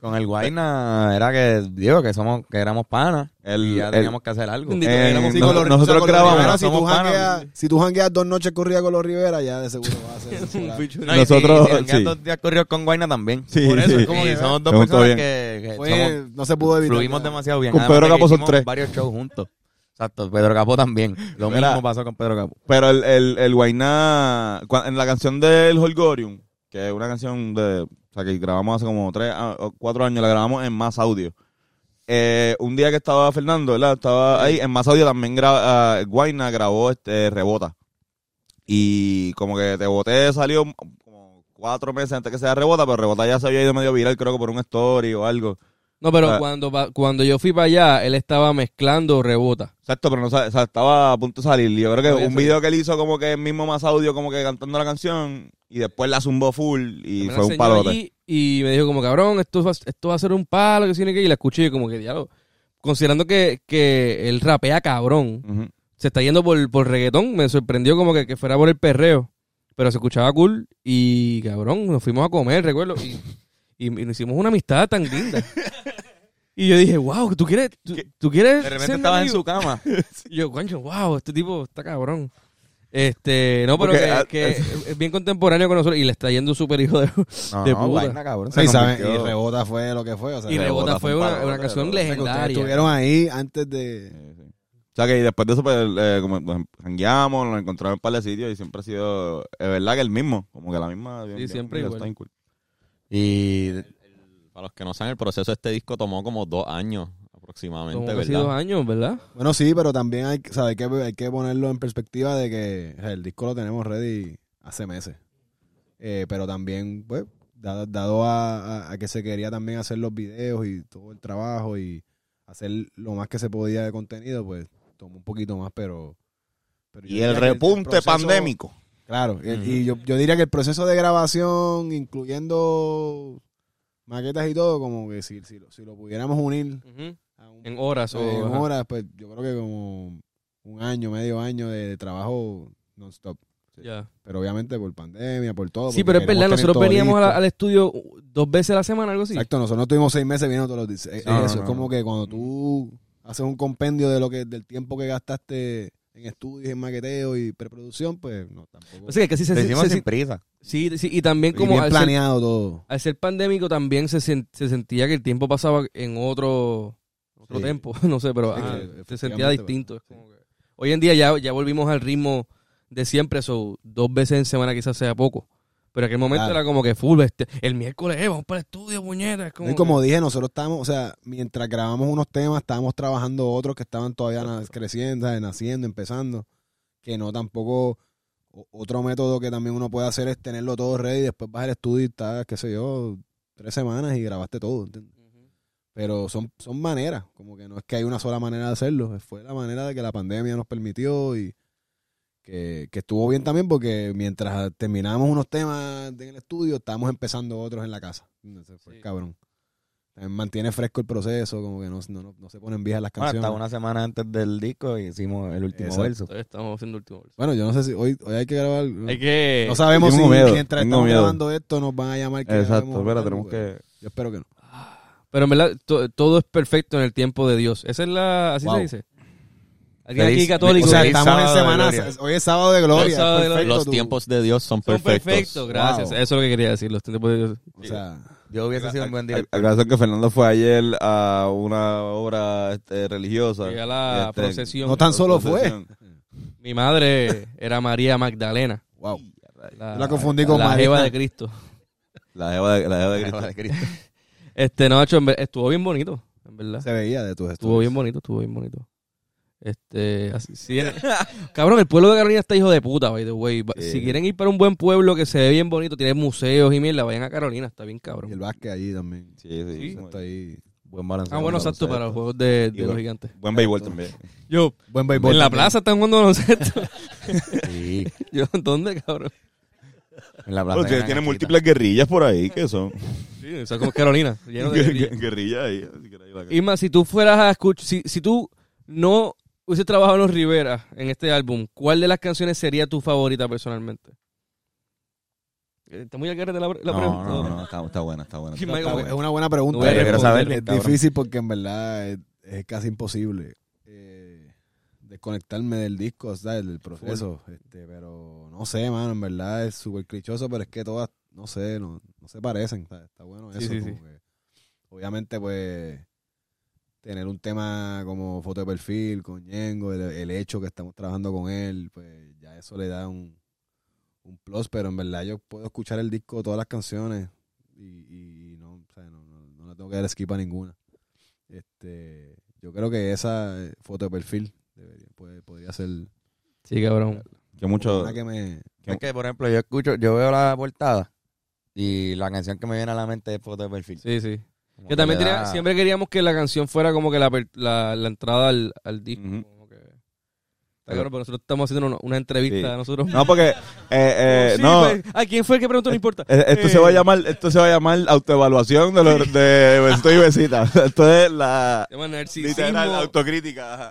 Con el Guayna era que, digo, que somos, que éramos panas. El- y ya el- teníamos que hacer algo. Bendito. Eh, Sí, no- con los- nosotros o sea, con los grabamos, Rivera, no si, tú somos panas. jangueas, si tú jangueas dos noches corridas con los Rivera, ya de seguro vas a hacer eso. Un Ahora, bicho- No, y Nosotros- si- si jangueas sí. dos días corridos con Guayna también. Sí, Por eso sí. es como que somos dos Somos todo personas bien. que, que fue- somos- no se pudo evitar. fluimos ya. demasiado bien. Con Además Pedro de que Capó son hicimos tres. varios shows juntos. Exacto, Pedro Capó también. Lo Mira. mismo pasó con Pedro Capó. Pero el, el, el Guayna, cua- en la canción del Holgorium, que es una canción de, o sea, que grabamos hace como tres a- o cuatro años, la grabamos en Más Audio. Eh, un día que estaba Fernando, ¿verdad? Estaba ahí, en Más Audio también gra- ah, Guayna grabó este Rebota. Y como que Te Boté salió como cuatro meses antes que sea Rebota, pero Rebota ya se había ido medio viral, creo que por un story o algo. No, pero Ah. cuando, pa- cuando yo fui para allá, él estaba mezclando rebota. Exacto, pero no sa- o sea, estaba a punto de salir. Yo creo que Había un video que él hizo como que el mismo más audio, como que cantando la canción, y después la zumbó full y Me la fue un enseñó palote. allí Y me dijo como, cabrón, esto va, esto va a ser un palo, que tiene que ir. Y la escuché y como que diablo. Considerando que, que él rapea cabrón, Ujú. se está yendo por, por reggaetón. Me sorprendió como que, que fuera por el perreo. Pero se escuchaba cool y cabrón, nos fuimos a comer, recuerdo. Y Y, y nos hicimos una amistad tan linda. y yo dije, wow, ¿tú quieres, tú, tú quieres De repente ser mi estabas en amigo?" su cama. Y yo, coño, wow, este tipo está cabrón. Este, no, pero Porque, que- ah, que, es es bien contemporáneo con nosotros y le está yendo súper hijo de... No, De no, puta. vaina, cabrón. Sí, Se ¿saben? Y convirtió- rebota fue lo que fue. O sea, y que Rebota fue fue un una, palo, una canción Rebota. ustedes legendaria. estuvieron ahí antes de. O sea que y después de eso, pues, eh, como nos jangueamos, nos encontramos en un par de sitios y siempre ha sido, es verdad que el mismo, como que la misma. bien- bien- siempre bien, igual. está bien cool. Y para los que no saben, el proceso de este disco tomó como dos años aproximadamente, Como ¿verdad? casi dos años, ¿verdad? Bueno, sí, pero también hay, que- o sea, hay, que, hay que ponerlo en perspectiva de que o sea, el disco lo tenemos ready hace meses. Eh, pero también, pues, da- dado a, a- a que se quería también hacer los videos y todo el trabajo y hacer lo más que se podía de contenido, pues tomó un poquito más, pero... pero yo Y diría el que repunte proceso- pandémico. Claro, y, y yo, yo diría que el proceso de grabación, incluyendo maquetas y todo, como que si, si, lo, si lo pudiéramos unir Ujú. a un En horas o... eh, en ajá. horas, pues yo creo que como un año, medio año de, de trabajo non-stop. Ya. Pero obviamente por pandemia, por todo. Sí, pero porque es verdad, queremos tener nosotros todo veníamos a la- listo. al estudio dos veces a la semana, algo así. Exacto, nosotros no tuvimos seis meses viendo todos los días. Es- No, es no, eso, no, es como que cuando tú haces un compendio de lo que del tiempo que gastaste en estudios, en maqueteo y preproducción, pues no, tampoco. O sea, que sí se, Lo hicimos se- sin prisa. sí, sí, y también Y como bien al ser, planeado todo. al ser pandémico también se, sen- se sentía que el tiempo pasaba en otro, otro Sí. tiempo, no sé, pero Sí, ah, sí, se efectivamente, sentía pero- distinto. Es sí. como que- Hoy en día ya, ya volvimos al ritmo de siempre, so, dos veces en semana quizás sea poco. Pero en aquel momento Claro. era como que full, este, el miércoles, eh, vamos para el estudio, puñeta. es como Y como dije, nosotros estábamos, o sea, mientras grabamos unos temas, estábamos trabajando otros que estaban todavía na- creciendo, ¿sabes? naciendo, empezando. Que no tampoco. o- Otro método que también uno puede hacer es tenerlo todo ready, después vas al estudio y estás, qué sé yo, tres semanas y grabaste todo, ¿entiendes? Pero son, son maneras, como que no es que hay una sola manera de hacerlo, fue la manera de que la pandemia nos permitió y que, que estuvo bien también porque mientras terminábamos unos temas en el estudio, estábamos empezando otros en la casa. Entonces fue Sí. cabrón. También mantiene fresco el proceso, como que no, no, no, no se ponen viejas las Bueno, canciones. hasta una semana antes del disco y hicimos el último Exacto. verso. Todavía estamos haciendo el último. Bueno, yo no sé si hoy, hoy hay que grabar. Hay que... No sabemos si tengo miedo, mientras tengo estamos miedo. grabando esto nos van a llamar. que Exacto, grabemos espera, algo, tenemos pero que. Yo espero que no. Pero en verdad, to- todo es perfecto en el tiempo de Dios. Esa es la. Así Wow. se dice. Alguien Feliz- aquí católico. O sea, Hoy es estamos en sábado de semana. gloria. Hoy es sábado de gloria. Hoy es sábado de perfecto, gloria. Los tú. tiempos de Dios son son perfectos. perfectos, gracias. Wow. Eso es lo que quería decir. Los tiempos de Dios. O sea, Yo hubiese sido un buen director. Agradezco que Fernando fue ayer a una obra este, religiosa. Y a la Este, procesión. no tan solo fue. Mi madre era María Magdalena. Wow. La, Yo la confundí con la María. jeva de Cristo. La jeva de, la jeva de Cristo. Este, no, hecho, en ver- estuvo bien bonito. En verdad. Se veía de tus Estuvo bien bonito, estuvo bien bonito. Este, así, si en- cabrón, el pueblo de Carolina está hijo de puta, by the way. Va- Si Eh. quieren ir para un buen pueblo que se ve bien bonito, tiene museos y mierda, vayan a Carolina, está bien cabrón. Y el básquet allí también. Sí, sí. Sí. sí. Está ahí. Buen balance. Ah, bueno, exacto, para los juegos de, de Y los bueno. gigantes. Buen béisbol también. Yo, Buen béisbol. en la también. plaza están jugando baloncesto. Sí, Yo, ¿dónde, cabrón? en la Bueno, plaza. tiene Gran tiene Angelita. múltiples guerrillas por ahí que son. Sí, o sea, como Carolina, lleno de Guer- guerrilla. guerrillas ahí. así que ahí la- Isma, si tú fueras a escuchar, si, si tú no hubieses trabajado en los Rivera en este álbum, ¿cuál de las canciones sería tu favorita personalmente? Eh, ¿Está muy al garete la, la No, pregunta? no, no, está, está buena, está buena. Sí, Está- me- está Está bu- buena. Es una buena No pregunta. voy a Es- responder, Es cabrón. difícil porque en verdad es, es casi imposible eh, desconectarme del disco, o sea, del proceso. Este, pero no sé, mano, en verdad es súper clichoso, pero es que todas, no sé, no, no se parecen. Está, está bueno Sí, eso. sí, como sí. que- obviamente, pues, tener un tema como foto de perfil con Yengo, el, el hecho que estamos trabajando con él, pues ya eso le da un, un plus, pero en verdad yo puedo escuchar el disco, todas las canciones, y, y no, o sea, no, no, no le tengo que dar skip a ninguna. Este, yo creo que esa eh, foto de perfil debería- puede- podría ser Sí, cabrón. Que mucho. una que me... Es que, por ejemplo, yo escucho, yo veo la portada y la canción que me viene a la mente es foto de perfil. Sí, sí. Como Yo también le tenía- da- siempre queríamos que la canción fuera como que la, per- la, la entrada al, al disco. Ujú. como que- Está cabrón, porque nosotros estamos haciendo una, una entrevista Mm, Sí. a nosotros. No, porque. eh, eh, Sí, no. pues, ¿A quién fue el que preguntó? No importa. Eh, Esto se va a llamar, esto se va a llamar autoevaluación de los de Besito y Besita. Esto es la Se llama narcisismo. literal autocrítica. ajá.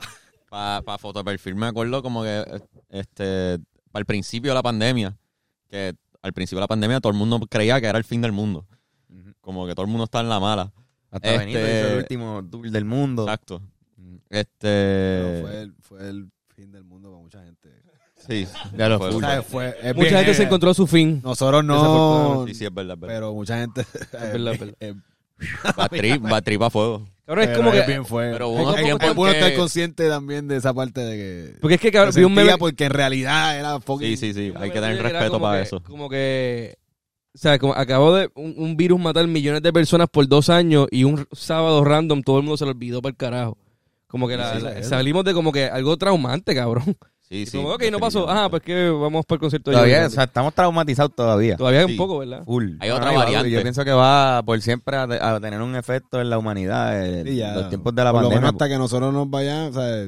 Para pa fotoperfil me acuerdo como que eh, este al principio de la pandemia, que al principio de la pandemia todo el mundo creía que era el fin del mundo. Como que todo el mundo está en la mala. Hasta Benito Este- hizo el último tour del mundo. Exacto. Mm. Este. Pero fue, el, fue el fin del mundo para mucha gente. Sí, Ya lo Fue full. full. ¿Sabes? Fue, es Mucha bien- gente se encontró su fin. Nosotros no. sí, sí, es verdad, es verdad. Pero mucha gente. Es verdad, es verdad. Batripa a fuego. Cabrón, es como que. bien fue. Pero pero uno uno es, tiempo es bueno que- estar consciente también de esa parte de que. Porque es que, Lo cabrón, vi un sentía meme. porque en realidad era Sí, fucking. sí, sí. Hay Cabrón, que tener era respeto como para que- eso. Como que. O sea, como acabó de un, un virus matar millones de personas por dos años y un sábado random todo el mundo se lo olvidó para el carajo. Como que la- Sí, la- sí, sí. salimos de como que algo traumante, cabrón. Sí, sí. como, ok, no pasó. Ah, pues que vamos para el concierto de Todavía, o Jordan. sea, estamos traumatizados todavía. Todavía Sí. un poco, ¿verdad? Full. Hay otra y va- variante. Yo pienso que va por siempre a, a tener un efecto en la humanidad, en Sí, ya. los tiempos de la Por lo pandemia. menos hasta que nosotros nos vayamos, o sea,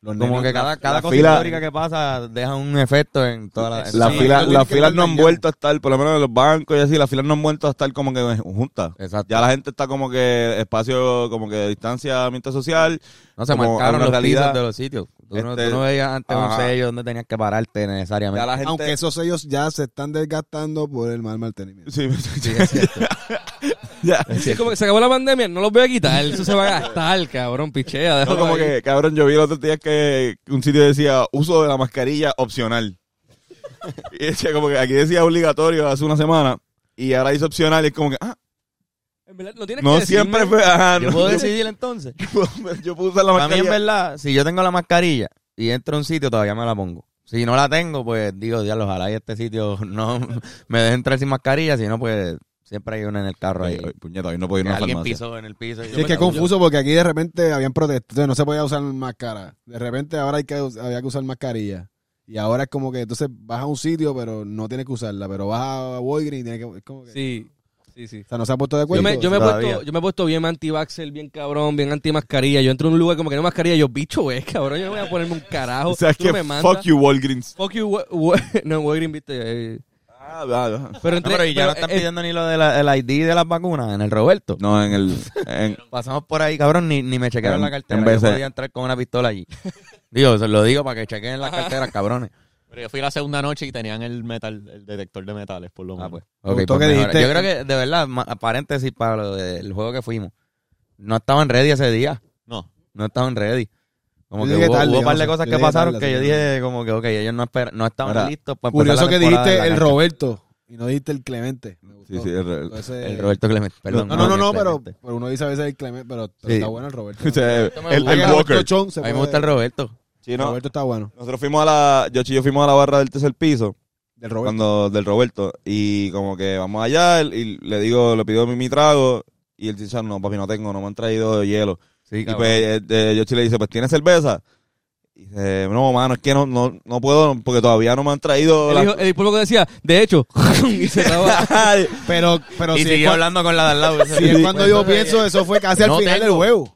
los Como nenes- que cada, cada la cosa fila- histórica que pasa deja un efecto en toda la... en Las toda Sí, filas tú las tienes que filas estar no han dañado. vuelto a estar, por lo menos en los bancos y así, las filas no han vuelto a estar como que juntas. Exacto. Ya la gente está como que espacio, como que de distanciamiento social. No se como marcaron alguna los realidad. pisos de los sitios. Tú, no, Este- tú no veías antes un Ajá. sello donde tenías que pararte necesariamente. Ya la gente... Aunque esos sellos ya se están desgastando por el mal mantenimiento. Sí, Sí, es cierto. ya. Sí, como que se acabó la pandemia, no los voy a quitar. Eso se va a gastar, cabrón, pichea. No, déjalo como ahí. que, cabrón, yo vi los otros días que un sitio decía uso de la mascarilla opcional. y decía como que aquí decía obligatorio hace una semana y ahora dice opcional y es como que, ah, En verdad, no tienes que no decirme. siempre fue, ajá, Yo no, puedo yo- decidir entonces. yo puedo- yo puedo usar la Para mí, en mascarilla. verdad, si yo tengo la mascarilla y entro a un sitio, todavía me la pongo. Si no la tengo, pues digo, diablo, ojalá y este sitio no me deje entrar sin mascarilla, si no, pues siempre hay una en el carro ahí. Ay, ay, puñeta, hoy no puedo ir a una Alguien farmacia. pisó en el piso. y- Sí, es que es confuso porque aquí de repente habían protestas, no se podía usar máscara. De repente ahora hay que, us- había que usar mascarilla. Y ahora es como que entonces vas a un sitio, pero no tienes que usarla. Pero vas a Walgreens y tienes que. es como que- Sí, sí, sí. O sea, no se ha puesto de Yo acuerdo. me, yo, me he Todavía. puesto, yo me he puesto bien anti-vaxxer, bien cabrón, bien anti-mascarilla. Yo entro a un lugar como que no hay mascarilla. Yo, bicho, es cabrón, yo no voy a ponerme un carajo. O sea, es Tú no que me mandas. fuck you, Walgreens. Fuck you, we- we- no, Walgreens, viste. eh. Ah, ah, ah. Pero No, entre. pero y ya no pero, están eh, pidiendo ni lo del ID de las vacunas en el Roberto. No, en el... en- Pasamos por ahí, cabrón, ni, ni me chequearon En- la cartera. en vez yo de- podía entrar con una pistola allí. Digo, se lo digo para que chequen las carteras, cabrones. Pero yo fui la segunda noche y tenían el metal, el detector de metales, por lo menos. Ok, gustó pues que mejor. dijiste- Yo creo que, de verdad, ma- paréntesis para lo del juego que fuimos. No estaban ready ese día. No. No estaban ready. Como Yo que llegué hubo, tarde, hubo un par yo de no sé. cosas Yo que llegué pasaron tarde, que yo así que- dije, como que, ok, ellos no, esper- no estaban Mira, listos para empezar Curioso la que temporada dijiste de la el cancha. Roberto y no dijiste el Clemente. Me gustó. sí, sí, el- Entonces- El Roberto Clemente, perdón. no, no, no, no, el pero, Clemente. pero uno dice a veces el Clemente, pero pero Sí. está bueno el Roberto. o sea, el, me el gusta. Walker. Chon se A mí me puede- gusta el Roberto. Sí, no, Roberto está bueno. Nosotros fuimos a la... Yochi y yo fuimos a la barra del tercer piso. Del Roberto. cuando del Roberto y como que vamos allá él- y le digo le pido mi, mi trago y él dice no papi no tengo no me han traído hielo Sí, y cabrón. pues eh, eh, Yoshi le dice pues tienes cerveza y dice no mano es que no no, no puedo porque todavía no me han traído El, la- Ah, hijo, el pueblo que decía, de hecho, y se acaba. Pero, pero y si, siguió es, cua- hablando con la de al lado. si es Sí. cuando yo pienso, eso fue casi No al final del tengo. juego.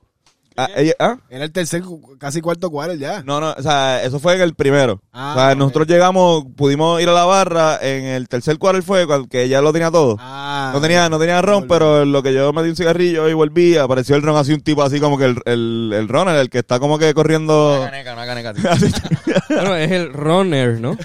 Ah, ella- ah, Era el tercer, cu- casi cuarto cuadro ya. no no o sea eso fue en el primero Ah, o sea ok. nosotros llegamos pudimos ir a la barra en el tercer cuarto fue cuando- que ya lo tenía todo Ah, No tenía, no tenía ron, Volví. pero en lo que yo me di un cigarrillo y volví, apareció el ron así, un tipo así como que el, el, el runner, el que está como que corriendo. Una caneca, una caneca. bueno, es el runner, ¿no?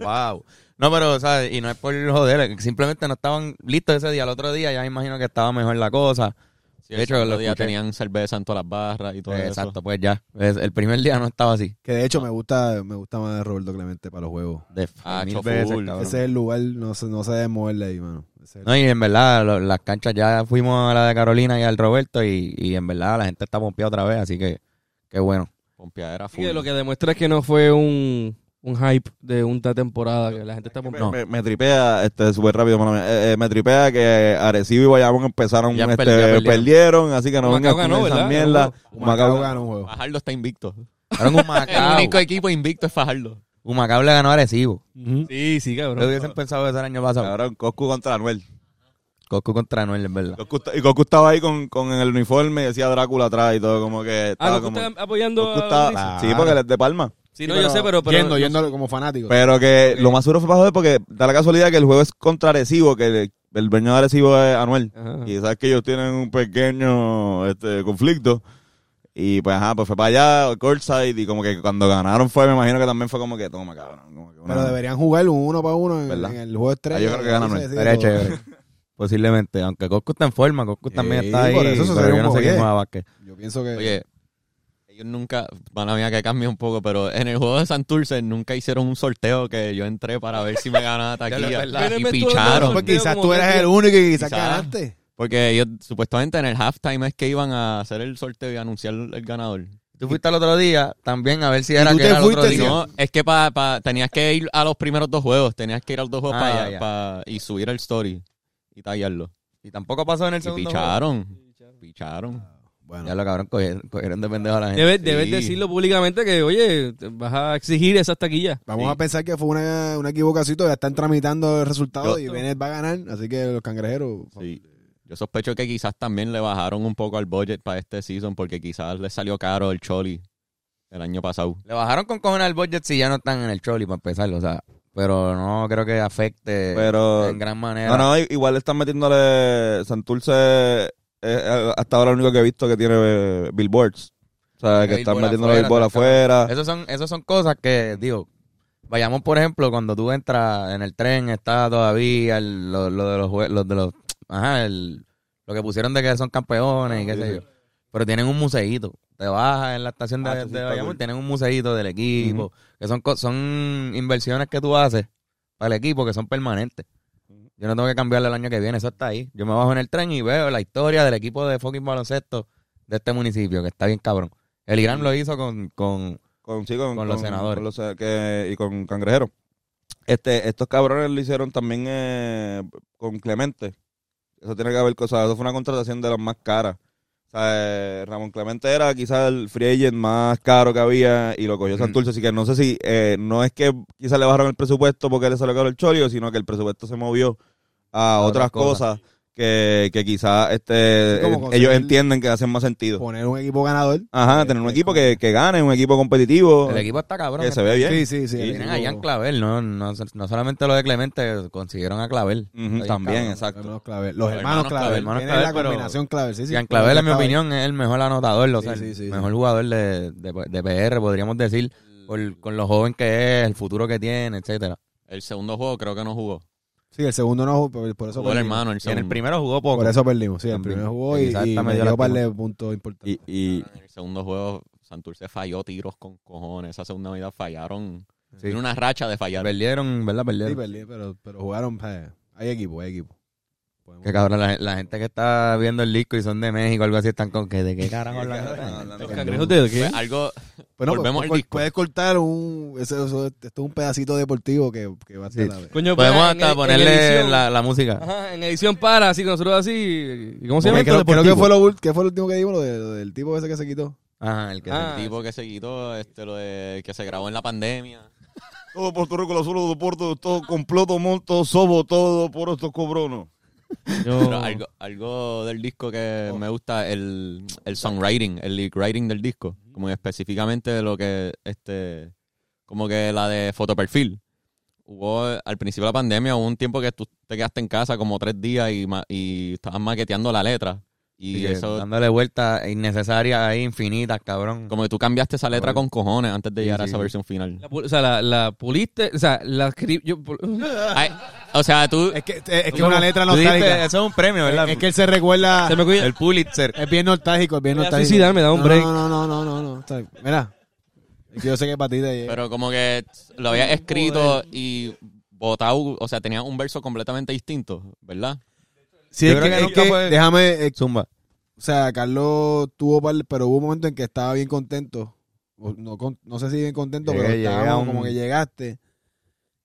wow. No, pero, ¿sabes? Y no es por joder, eh, simplemente no estaban listos ese día. El otro día ya me imagino que estaba mejor la cosa. Sí, de hecho, el lo otro día escuché. tenían cerveza en todas las barras y todo Eh, eso. exacto, pues ya. Es- el primer día no estaba así. Que de hecho me gusta, me gusta más Roberto Clemente para los juegos. De Ah, mil choful. veces, cabrón. Ese es el lugar, no se, no se debe moverle ahí, mano. Ese es el- No, y en verdad, lo- las canchas ya fuimos a la de Carolina y al Roberto y, y en verdad la gente está pompeada otra vez, así que qué bueno. Pompeadera Así que full. lo que demuestra es que no fue un, un hype de una temporada, que la gente está Me, pompeada. Ah, me- me tripea, este, súper rápido, mano, eh, eh, me tripea que Arecibo y Bayamón empezaron, Ya este, perdí- ya perdieron. perdieron. así que no vengas Humacao con ganó, esas ¿verdad? mierdas. Humacao Humacao- gana un juego. Fajardo está invicto. Fueron un El Macao. único equipo invicto es Fajardo. Un Macao le ganó a Arecibo. Sí, sí, Lo cabrón. hubiesen pensado eso el año pasado. Cabrón, Coscu contra Anuel. Coscu contra Noel, en verdad. Coscu está- y Coscu estaba ahí con, con el uniforme y decía Drácula atrás y todo, como que Ah, estaba ¿no como... están apoyando Coscu a estaba- Ulises? Sí, porque él es de Palma. Sí, no, yo sé, pero... pero yendo, yendo como fanático. Pero que lo más duro fue para joder porque da la casualidad que el juego es contra Arecibo, que el, el dueño de Arecibo es Anuel. Ajá. Y sabes que ellos tienen un pequeño este, conflicto. Y pues, ajá, pues fue para allá, courtside. Y como que cuando ganaron fue, me imagino que también fue como que, toma, cabrón. como que una- Pero deberían jugar uno para uno en, ¿Verdad? en el juego estrella. Ah, yo creo que gana Anuel. Sí, sí, Estaría todo. chévere. Posiblemente, aunque Coscu está en forma, Coscu también Sí, está ahí. por eso eso pero sería yo un no sé quién bogué. juega básquet. Yo pienso que. Oye, ellos nunca, van a mí que cambie un poco, pero en el juego de Santurce nunca hicieron un sorteo que yo entré para ver si me ganaba Ya lo- es taquilla. verdad. y Pero me estuvo picharon. dando- Pues quizás como tú que- eras el único y quizás Quizás. ganaste. Porque ellos supuestamente en el halftime es que iban a hacer el sorteo y anunciar el ganador. Tú fuiste al otro día también a ver si era tú que te era el otro fuiste, día. No, es que pa, pa- tenías que ir a los primeros dos juegos, tenías que ir a los dos juegos Ah, para ya, ya. y subir el story y tallarlo. Y tampoco pasó en el Y segundo. picharon, picharon. juego. Bueno, Ya lo cabrón, cogieron, cogieron de pendejo a la gente. Debes, debes Sí. decirlo públicamente que, oye, te vas a exigir esas taquillas. vamos Sí. a pensar que fue una, una equivocación. Ya están tramitando el resultado Yo- y Bennett va a ganar. Así que los cangrejeros. Sí. Yo sospecho que quizás también le bajaron un poco al budget para este season porque quizás le salió caro el Choli el año pasado. Le bajaron con cojones al budget si ya no están en el choli para empezar, o sea, pero no creo que afecte Pero. en gran manera. No, no, i- igual están metiéndole. Santurce. eh, hasta ahora lo único que he visto que tiene eh, billboards. O sea, Tiene que están billboard metiendo afuera, billboard afuera. Esas son, esos son cosas que, digo, vayamos, por ejemplo, cuando tú entras en el tren, está todavía el- lo, lo de los jue- los de los ajá, el- lo que pusieron de que son campeones y qué Ah, Sí, sé sí. yo. Pero tienen un museíto. Te bajas en la estación de, Ah, eso sí de está Bayamón, cool. tienen un museíto del equipo, que son co- son inversiones que tú haces para el equipo que son permanentes. Yo no tengo que cambiarle el año que viene, eso está ahí. Yo me bajo en el tren y veo la historia del equipo de fucking baloncesto de este municipio, que está bien cabrón. El Irán lo hizo con, con Con, sí, con, Con los senadores. con los se- que- y con cangrejeros. Este, estos cabrones lo hicieron también eh, con Clemente. Eso tiene que haber cosas. Eso fue una contratación de las más caras. O sea, eh, Ramón Clemente era quizás el free agent más caro que había y lo cogió Mm. Santurce. Así que no sé si, eh, no es que quizás le bajaron el presupuesto porque le salió caro el cholio, sino que el presupuesto se movió a, A otras otras cosas, que, que quizás este, Sí, como eh, conseguir- ellos entienden que hacen más sentido. Poner un equipo ganador. Ajá, tener un equipo que, que gane, un equipo competitivo, El equipo está cabrón. que se ve bien. Sí, sí, sí. Sí, el Tienen equipo- a Jan Clavel, no, no, no solamente lo de Clemente, consiguieron a Clavel. Ujú, Está bien también, cabrón. Los exacto. hermanos Clavel. Los hermanos Los hermanos Clavel. Clavel, hermanos Tiene Clavel, la pero- combinación Clavel. Sí, sí. Jan Clavel, en mi Clavel. opinión, es el mejor anotador, o Sí, sea, el sí, sí, sí. mejor jugador de, de, de PR, podríamos decir, por- con lo joven que es, el futuro que tiene, etcétera. El segundo juego creo que no jugó. Sí, el segundo no, por, por eso Jugó el perdimos. hermano, el Y en el segundo. primero jugó poco. Por eso perdimos. Sí, el También. primero jugó Que y, quizás y está me medio dio par lastimado. de puntos importantes. Y, y En el segundo juego Santurce falló tiros con cojones. Esa segunda mitad fallaron. Tiene una racha de fallar. Perdieron, ¿verdad? Sí, Perdieron. perdí, pero, pero jugaron. eh, Hay equipo, hay equipo. Podemos- Que cabrón, la, la gente que está viendo el disco y son de México, algo así, están con que de qué carajo hablan. Los cangrejos de qué? Fue algo Bueno, pues, Volvemos pues, al cor- disco. Puedes cortar un. eso- eso- esto es un pedacito deportivo que, que va a estar. Sí. a ver. Coño, Podemos pues, hasta en- en ponerle edición- la, la música. Ajá, en edición para, así, con nosotros así. ¿y ¿Cómo se llama? Porque esto? creo, creo que Deportivo. fue lo, ul- que fue lo último que dimos, lo, de- lo del tipo ese que se quitó. Ajá, el que Ah, el tipo que se quitó, este, lo de, que se grabó en la pandemia. todo Puerto Rico, lo solo de Puerto, todo completo, monto, sobo, todo por estos cobronos. Pero algo, algo del disco que me gusta, el, el songwriting, el lyric writing del disco. Como que específicamente lo que, este, como que la de fotoperfil. Hubo, eh, al principio de la pandemia, hubo un tiempo que tú te quedaste en casa como tres días y, ma- y estabas maqueteando la letra. Y Sigue eso, eh, dándole vueltas innecesarias ahí, infinitas, cabrón. como que tú cambiaste esa letra con cojones antes de Sí, llegar a sí, esa sí. versión final. La pu- o sea, la, la puliste, o sea, la escribí. Yo, Ay, o sea, tú, Es que es, Tú como- letra tú dijiste, eso es un premio, ¿verdad? él se recuerda. se me cuida. el Pulitzer. Es bien nostálgico, es bien Voy a nostálgico. suicidarme, da un No, break. No, no, no, no, no. no. Está bien. Mira, es que yo sé que para ti te llega. Pero como que lo habías escrito y votado, o sea, tenía un verso completamente distinto, ¿verdad? Sí, Yo es creo que, que es nunca que- pues, fue- déjame, eh, Zumba. o sea, Carlos tuvo par, pero hubo un momento en que estaba bien contento. O No, con- no sé si bien contento, Llegué, pero llegué estábamos a un- como que llegaste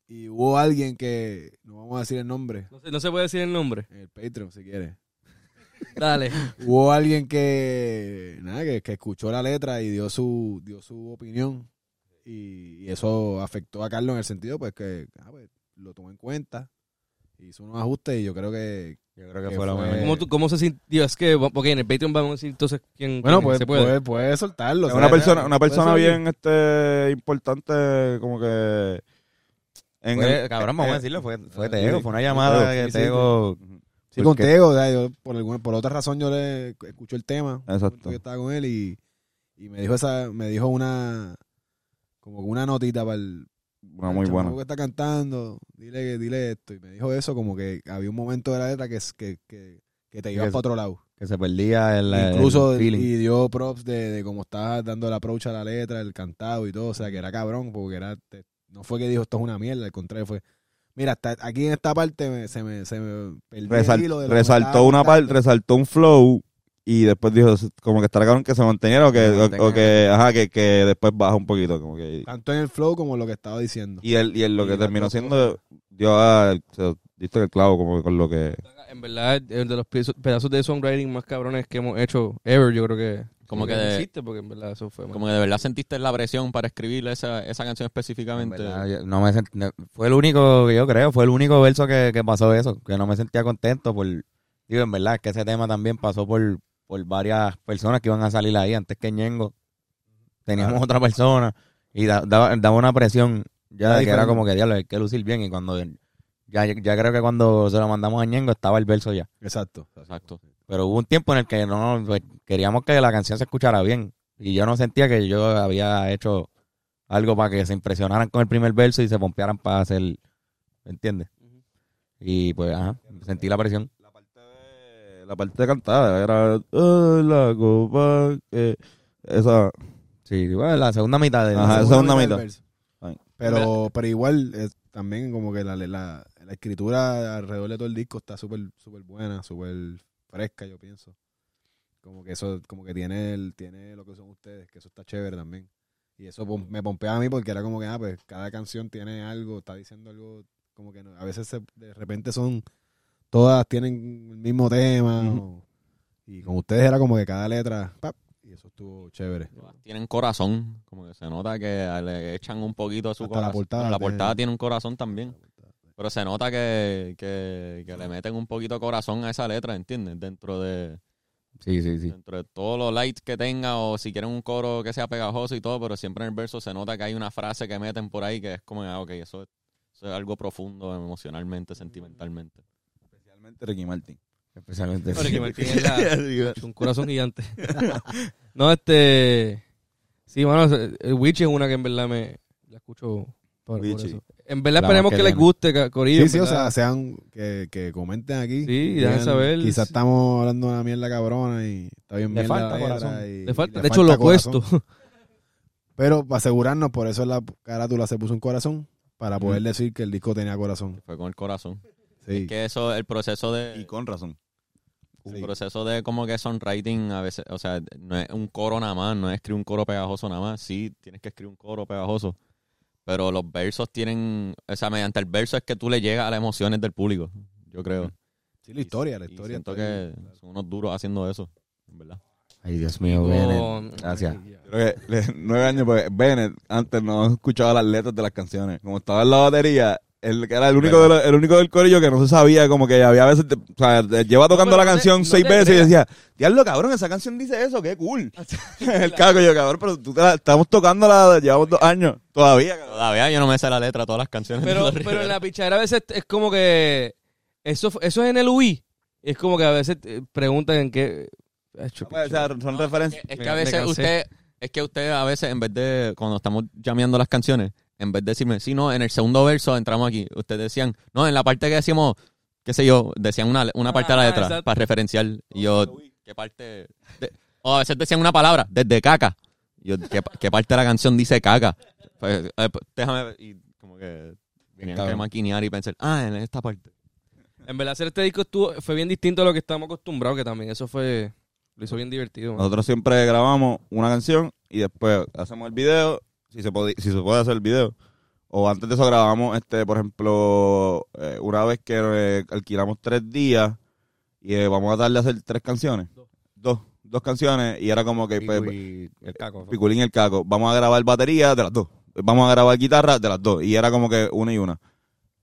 y hubo alguien que, no vamos a decir el nombre, No, se, no se puede decir el nombre. en el Patreon si quieres. Dale. Hubo alguien que, nada, que, que escuchó la letra y dio su, dio su opinión. Y, y eso afectó a Carlos en el sentido, pues, que ah, pues, lo tomó en cuenta, hizo unos ajustes y yo creo que... Yo creo que, que fue lo fue- mejor. ¿Cómo, tú, ¿Cómo se sintió? Es que, ok, en el Patreon vamos a decir entonces quién, Bueno, quién pues se puede. puede, puede soltarlo. o Es sea, una persona, una puede persona soltarlo. bien este importante, como que. en Fue- el- cabrón, vamos eh, a decirlo, fue, fue eh, Tego, sí, fue una llamada Tego, que sí, sí, Tego... Sí, con porque- Tego, o sea, yo por, alguna, por otra razón yo le escuché el tema. Exacto. Yo estaba con él y, y me dijo esa, me dijo una como una notita para el, una muy el buena. chamaco que está cantando, dile, que- dile esto. Y me dijo eso como que había un momento de la letra que, es- que, que, que te ibas Que- para otro lado. Que se perdía el, el Incluso feeling. y dio props de, de cómo estaba dando el approach a la letra, el cantado y todo. O sea, que era cabrón, porque era te- no fue que dijo esto es una mierda, al contrario fue. Mira, hasta aquí en esta parte me- se me, se me perdí el Resal- hilo de lo que resaltó estaba una cantando. parte, resaltó un flow y después dijo como que estará cabrón que se mantuviera o que, Se o- mantenga. o que, ajá, que, que después baja un poquito. Como que, Tanto en el flow como lo que estaba diciendo. y él, y él lo Y que las terminó dos siendo dio a, se, diste el clavo como que con lo que En verdad, el de los pedazos- pedazos de songwriting más cabrones que hemos hecho ever, yo creo que. Como creo que de- existe, porque en verdad eso fue. Como que de verdad sentiste la presión para escribir esa, esa canción específicamente. ¿Verdad? Yo- No me sent- no- fue el único, que yo creo, fue el único verso que, que pasó eso, que no me sentía contento por, digo, en verdad, que ese tema también pasó por, por varias personas que iban a salir ahí antes que Ñengo. Teníamos otra persona y da- daba, daba una presión ya Era de que era diferente. como que diablo, hay que lucir bien y cuando ya, ya creo que cuando se lo mandamos a Ñengo estaba el verso ya. Exacto. Exacto. Pero hubo un tiempo en el que no pues, queríamos que la canción se escuchara bien. Y yo no sentía que yo había hecho algo para que se impresionaran con el primer verso y se pompearan para hacer. ¿Me entiendes? Y pues, ajá, sentí la presión. la parte de, la parte de cantada era "Ay, la copa que-". esa Sí, bueno, la segunda mitad de. Ajá, la esa segunda- es una mitad del mitad. verso. Ay. Pero, pero igual, eh, también como que la, la, la escritura alrededor de todo el disco está súper súper buena, súper fresca, yo pienso. Como que eso, como que tiene, el, tiene lo que son ustedes, que eso está chévere también. Y eso pom- me pompeaba a mí porque era como que, ah, pues cada canción tiene algo, está diciendo algo, como que no- a veces se- de repente son, todas tienen el mismo tema. o- y con ustedes era como que cada letra, pap, y eso estuvo chévere. Tienen corazón. Como que se nota que le echan un poquito a su Hasta la corazón. portada la tiene- portada tiene un corazón también. Pero se nota que, que, que le meten un poquito de corazón a esa letra, ¿entiendes? Dentro de, Sí, sí, sí. dentro de todos los lights que tenga o si quieren un coro que sea pegajoso y todo, pero siempre en el verso se nota que hay una frase que meten por ahí que es como, ah, ok, eso, es- eso es algo profundo emocionalmente, sentimentalmente. especialmente Ricky Martin Especialmente. Ricky Martin es la- un corazón gigante. no, este. Sí, bueno, el Witch es una que en verdad me. La escucho por, por Witchy. eso. En verdad La esperemos más que que les viene. guste, ca- Corillo. Sí, sí, en o verdad. sea, sean que, que comenten aquí. Sí, dejen Digan, saber. Quizás estamos hablando de una mierda cabrona y está bien Le mierda la falta letra corazón. y- Le falta- y de hecho, lo corazón. opuesto. Pero para asegurarnos, por eso en la carátula se puso un corazón, para poder decir que el disco tenía corazón. Fue con el corazón. Sí. Que eso, el proceso de... y con razón un Sí. proceso de como que songwriting a veces, o sea, no es un coro nada más, no es escribir un coro pegajoso nada más, sí, tienes que escribir un coro pegajoso, pero los versos tienen, o sea, mediante el verso es que tú le llegas a las emociones del público, yo creo. Sí, la historia, la Y historia. siento está que bien. son unos duros haciendo eso, en verdad. Ay, Dios mío, Oh, Bennett. Gracias. ay, ya. Yo creo que le- nueve años porque Bennett antes no escuchaba las letras de las canciones como estaba en la batería él que era el único de los- el único del corillo que no se sabía como que había veces te- o sea te- lleva tocando la pero no te- canción no seis te veces y creas. decía diablo cabrón esa canción dice eso qué cool el cago yo cabrón pero tú te la, estamos tocando la llevamos dos años todavía cabrón. Todavía yo no me sé la letra de todas las canciones. de Pero, Los pero en Rivera. la pichadera a veces es como que. Eso, eso es en el UI. Es como que a veces eh, preguntan en qué. Ay, Ah, pues, o sea, son referencias Es Me- que a me veces cansé. usted, es que usted a veces en vez de, cuando estamos llameando las canciones, en vez de decirme, sí, no, en el segundo verso entramos aquí, ustedes decían, no, en la parte que decimos, qué sé yo, decían una, una parte de la Ah, letra exacto. para referenciar. Y yo, ¿qué parte? de- o a veces decían una palabra, desde caca. Y Yo, ¿qué, pa- qué parte de la canción dice caca? Pues, eh, pues, déjame ver. Y como que tenían que cabrón. maquinear y pensar, ah, en esta parte. En verdad, hacer este disco estuvo, fue bien distinto a lo que estábamos acostumbrados, que también eso fue. Lo hizo bien divertido. man. Nosotros siempre grabamos una canción y después hacemos el video, si se puede, si se puede hacer el video. O antes de eso grabamos, este, por ejemplo, eh, una vez que eh, alquilamos tres días y eh, vamos a darle a hacer tres canciones. Dos. Dos canciones y era como que pues, Y el caco. fue. Piculín y el Caco, vamos a grabar batería de las dos. Vamos a grabar guitarra de las dos. Y era como que una y una.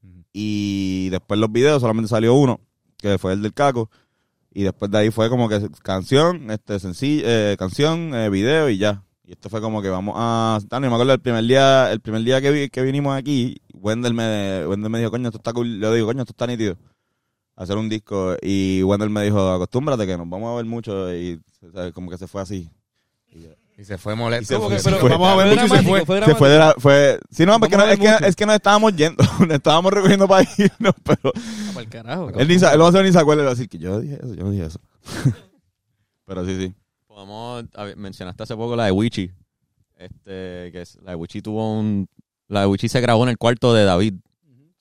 Ujú. Y después los videos solamente salió uno, que fue el del Caco. Y después de ahí fue como que canción, este sencillo, eh, canción, eh, video y ya. Y esto fue como que vamos a sentarnos. Y me acuerdo el primer día, el primer día que, vi- que vinimos aquí, Wendell me, Wendell me dijo, coño, esto está cool. Yo digo, coño, esto está nítido. Hacer un disco. Y Wendell me dijo, acostúmbrate que nos vamos a ver mucho. Y o sea, como que se fue así. Y yo, Y se fue molesto. Y se porque- fue, pero se fue. vamos a ver, Mucho fue se fue, dramático, fue se fue de la, fue, sí, no, es que, no, Vamos a es, ver que, es que nos estábamos yendo, nos estábamos recogiendo para irnos, pero Para el carajo. él, ni, sa- él no va a hacer ni se acuerda, él va a decir que yo dije eso, yo no dije eso. pero sí, sí. Podemos, a ver, mencionaste hace poco la de Wichi. Este, que es- la de Wichi tuvo un. La de Wichi se grabó en el cuarto de David.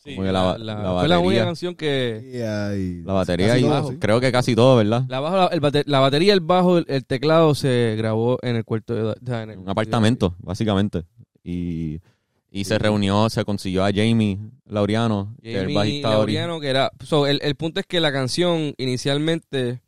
Sí, Como que la- la- la- la fue la batería. única canción que... La batería Casi y todo, sí. creo que casi todo, ¿verdad? La, bajo, la, el bate- la batería, el bajo, el, el teclado se grabó en el cuarto de... o sea, en el- En un apartamento, básicamente. Y, y se reunió, se consiguió a Jamie Laureano, que es el Jamie bajista ori- Laureano, que era... so, el, el punto es que la canción inicialmente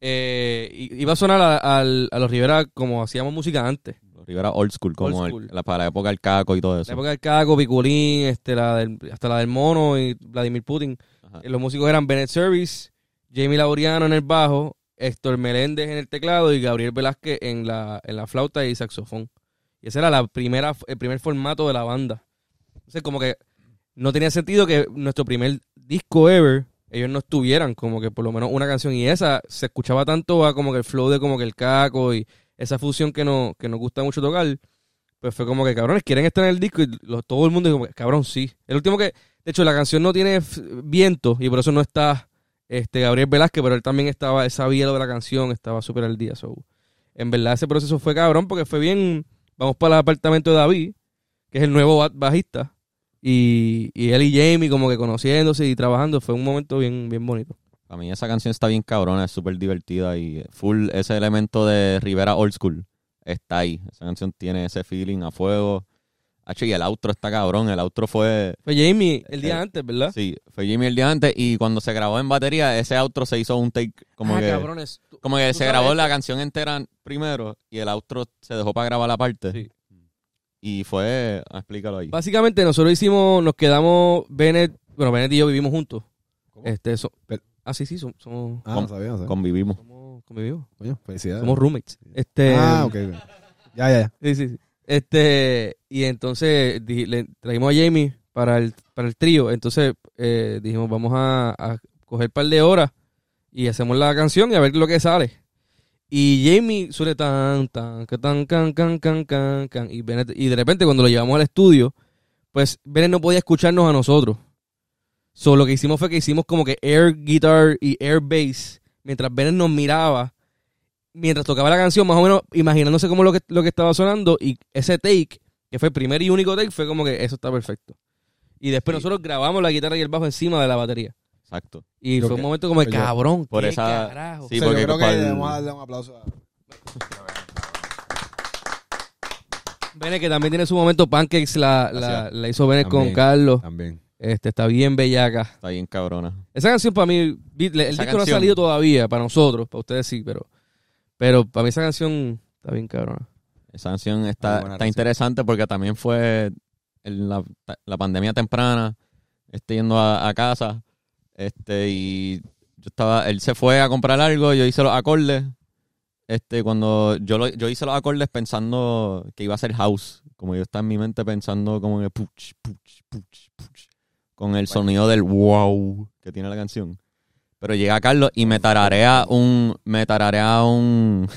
eh, i- iba a sonar a, al- a los Rivera como hacíamos música antes. Rivera Old School, como Old el- school. la, para la época del caco y todo eso. La época del Caco, Piculín, este, la del- hasta la del Mono y Vladimir Putin. Ajá. Eh, Los músicos eran Bennett Service, Jamie Laureano en el bajo, Héctor Meléndez en el teclado y Gabriel Velázquez en la, en la flauta y saxofón. Y ese era la primera, el primer formato de la banda. Entonces, como que no tenía sentido que nuestro primer disco ever, ellos no estuvieran, como que por lo menos una canción. Y esa se escuchaba tanto a como que el flow de como que el caco y esa fusión que, no, que nos gusta mucho tocar. Pues fue como que, cabrones, quieren estar en el disco y lo- todo el mundo dijo, cabrón, sí. El último que, de hecho, la canción no tiene f- viento y por eso no está este Gabriel Velázquez, pero él también estaba, él sabía lo de la canción, estaba súper al día. so. En verdad, ese proceso fue cabrón porque fue bien. Vamos para el apartamento de David, que es el nuevo ba- bajista. Y, y él y Jamie, como que conociéndose y trabajando, fue un momento bien, bien bonito. Para mí esa canción está bien cabrona, es súper divertida y full ese elemento de Rivera Old School está ahí. Esa canción tiene ese feeling a fuego. Hacho, y el outro está cabrón, el outro fue... Fue Jamie el día Eh, antes, ¿verdad? Sí, fue Jimmy el día antes y cuando se grabó en batería, ese outro se hizo un take como Ah, que... cabrones. tú- Como que ¿Tú se sabes grabó esto? la canción entera primero y el outro se dejó para grabar la parte. Sí. Y fue... ah, Explícalo ahí. Básicamente, nosotros hicimos, nos quedamos, Bennett, bueno, Bennett y yo vivimos juntos. ¿Cómo? Este, so- Pero- ah, sí, sí, som- somos, Ah, no sabía, no sabía. Convivimos. somos, convivimos. Coño, felicidades. Somos roommates. Este, Eh, Ah, ok. ok. Ya, ya, ya. Sí, sí, sí. Este, y entonces di- le trajimos a Jamie para el, para el trío. Entonces eh, dijimos, vamos a, a coger un par de horas y hacemos la canción y a ver lo que sale. Y Jamie suele tan, tan, que tan, can, can, can, can, can. Y, Bennett- y de repente cuando lo llevamos al estudio, pues Bennett no podía escucharnos a nosotros. So, lo que hicimos fue que hicimos como que air guitar y air bass mientras Bennett nos miraba mientras tocaba la canción, más o menos imaginándose como lo que, lo que estaba sonando. Y ese take, que fue el primer y único take, fue como que eso está perfecto. Y después nosotros grabamos la guitarra y el bajo encima de la batería. Exacto. Y Lo fue un que- momento como de pues yo- cabrón. por qué esa- carajo. sí, O sea, porque yo creo que pa'l- debemos darle un aplauso. a- Bennett, que también tiene su momento Pancakes, la, la, Gracias. la hizo Bennett con También. Carlos. También. Este, está bien bellaca. Está bien cabrona. Esa canción para mí, vi- le- el Esa disco no ha canción. salido todavía para nosotros, para ustedes sí, pero, pero para mí esa canción está bien cabrona. Esa canción Ah, está, buena está reseña. interesante porque también fue en la, la pandemia temprana, este yendo a, a casa, este, y yo estaba, él se fue a comprar algo, yo hice los acordes, este, cuando yo, lo- yo hice los acordes pensando que iba a ser house, como yo estaba en mi mente pensando como que puch, puch, puch, puch, con el sonido del wow que tiene la canción. Pero llega Carlos y me tararea un, me tararea un,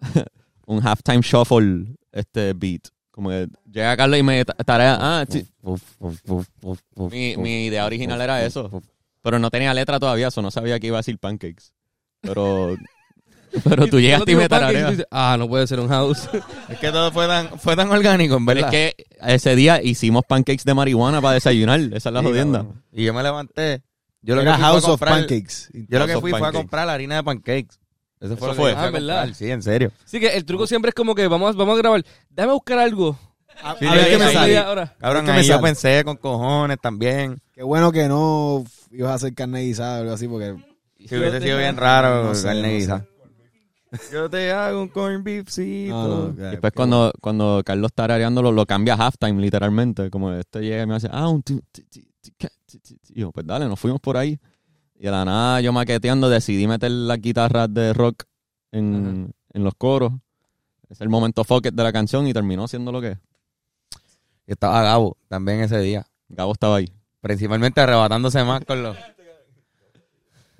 un halftime shuffle este beat. Como que llega Carlos y me ta- tarea. Ah, sí. mi, mi idea original era eso. Pero no tenía letra todavía, eso no sabía que iba a decir pancakes. Pero, pero tú llegaste y Cuando me dijo Pancakes, tú tarareas. dices, Ah, no puede ser un house. Es que todo fue tan, fue tan orgánico, en Pero verdad. es que ese día hicimos pancakes de marihuana para desayunar. Esa es la Sí, jodienda. cabrón. Y yo me levanté. Yo lo que Era fui fue a House of comprar- Pancakes. Yo lo que House of fui fue a Pancakes. comprar la harina de pancakes. Eso fue Eso lo que fue. yo fui a Ah, ¿verdad? comprar. Sí, en serio. Así que el truco siempre es como que vamos a, vamos a grabar. Dame a buscar algo. A, Sí, a de ver ahí qué me salí. sale. ahora. Cabrón, ¿Qué me ahí yo sale? pensé con cojones también. Qué bueno que no f- ibas a hacer carne guisada o algo así, porque Si hubiese sido bien raro, No sé, carne no sé. guisada. Yo te hago un corn beefcito. No, no, Y claro, Después qué cuando, cuando Carlos está tarareando lo, lo cambia a halftime, literalmente. Como este llega y me hace, ah, un... ti- ti- ti- ti- ca- ti- ti- ti". Y yo, pues dale, nos fuimos por ahí. Y a la nada, yo maqueteando, decidí meter las guitarras de rock en, en los coros. Es el momento focus de la canción y terminó siendo lo que es. Y estaba Gabo también ese día. Gabo estaba ahí. Principalmente arrebatándose más con los...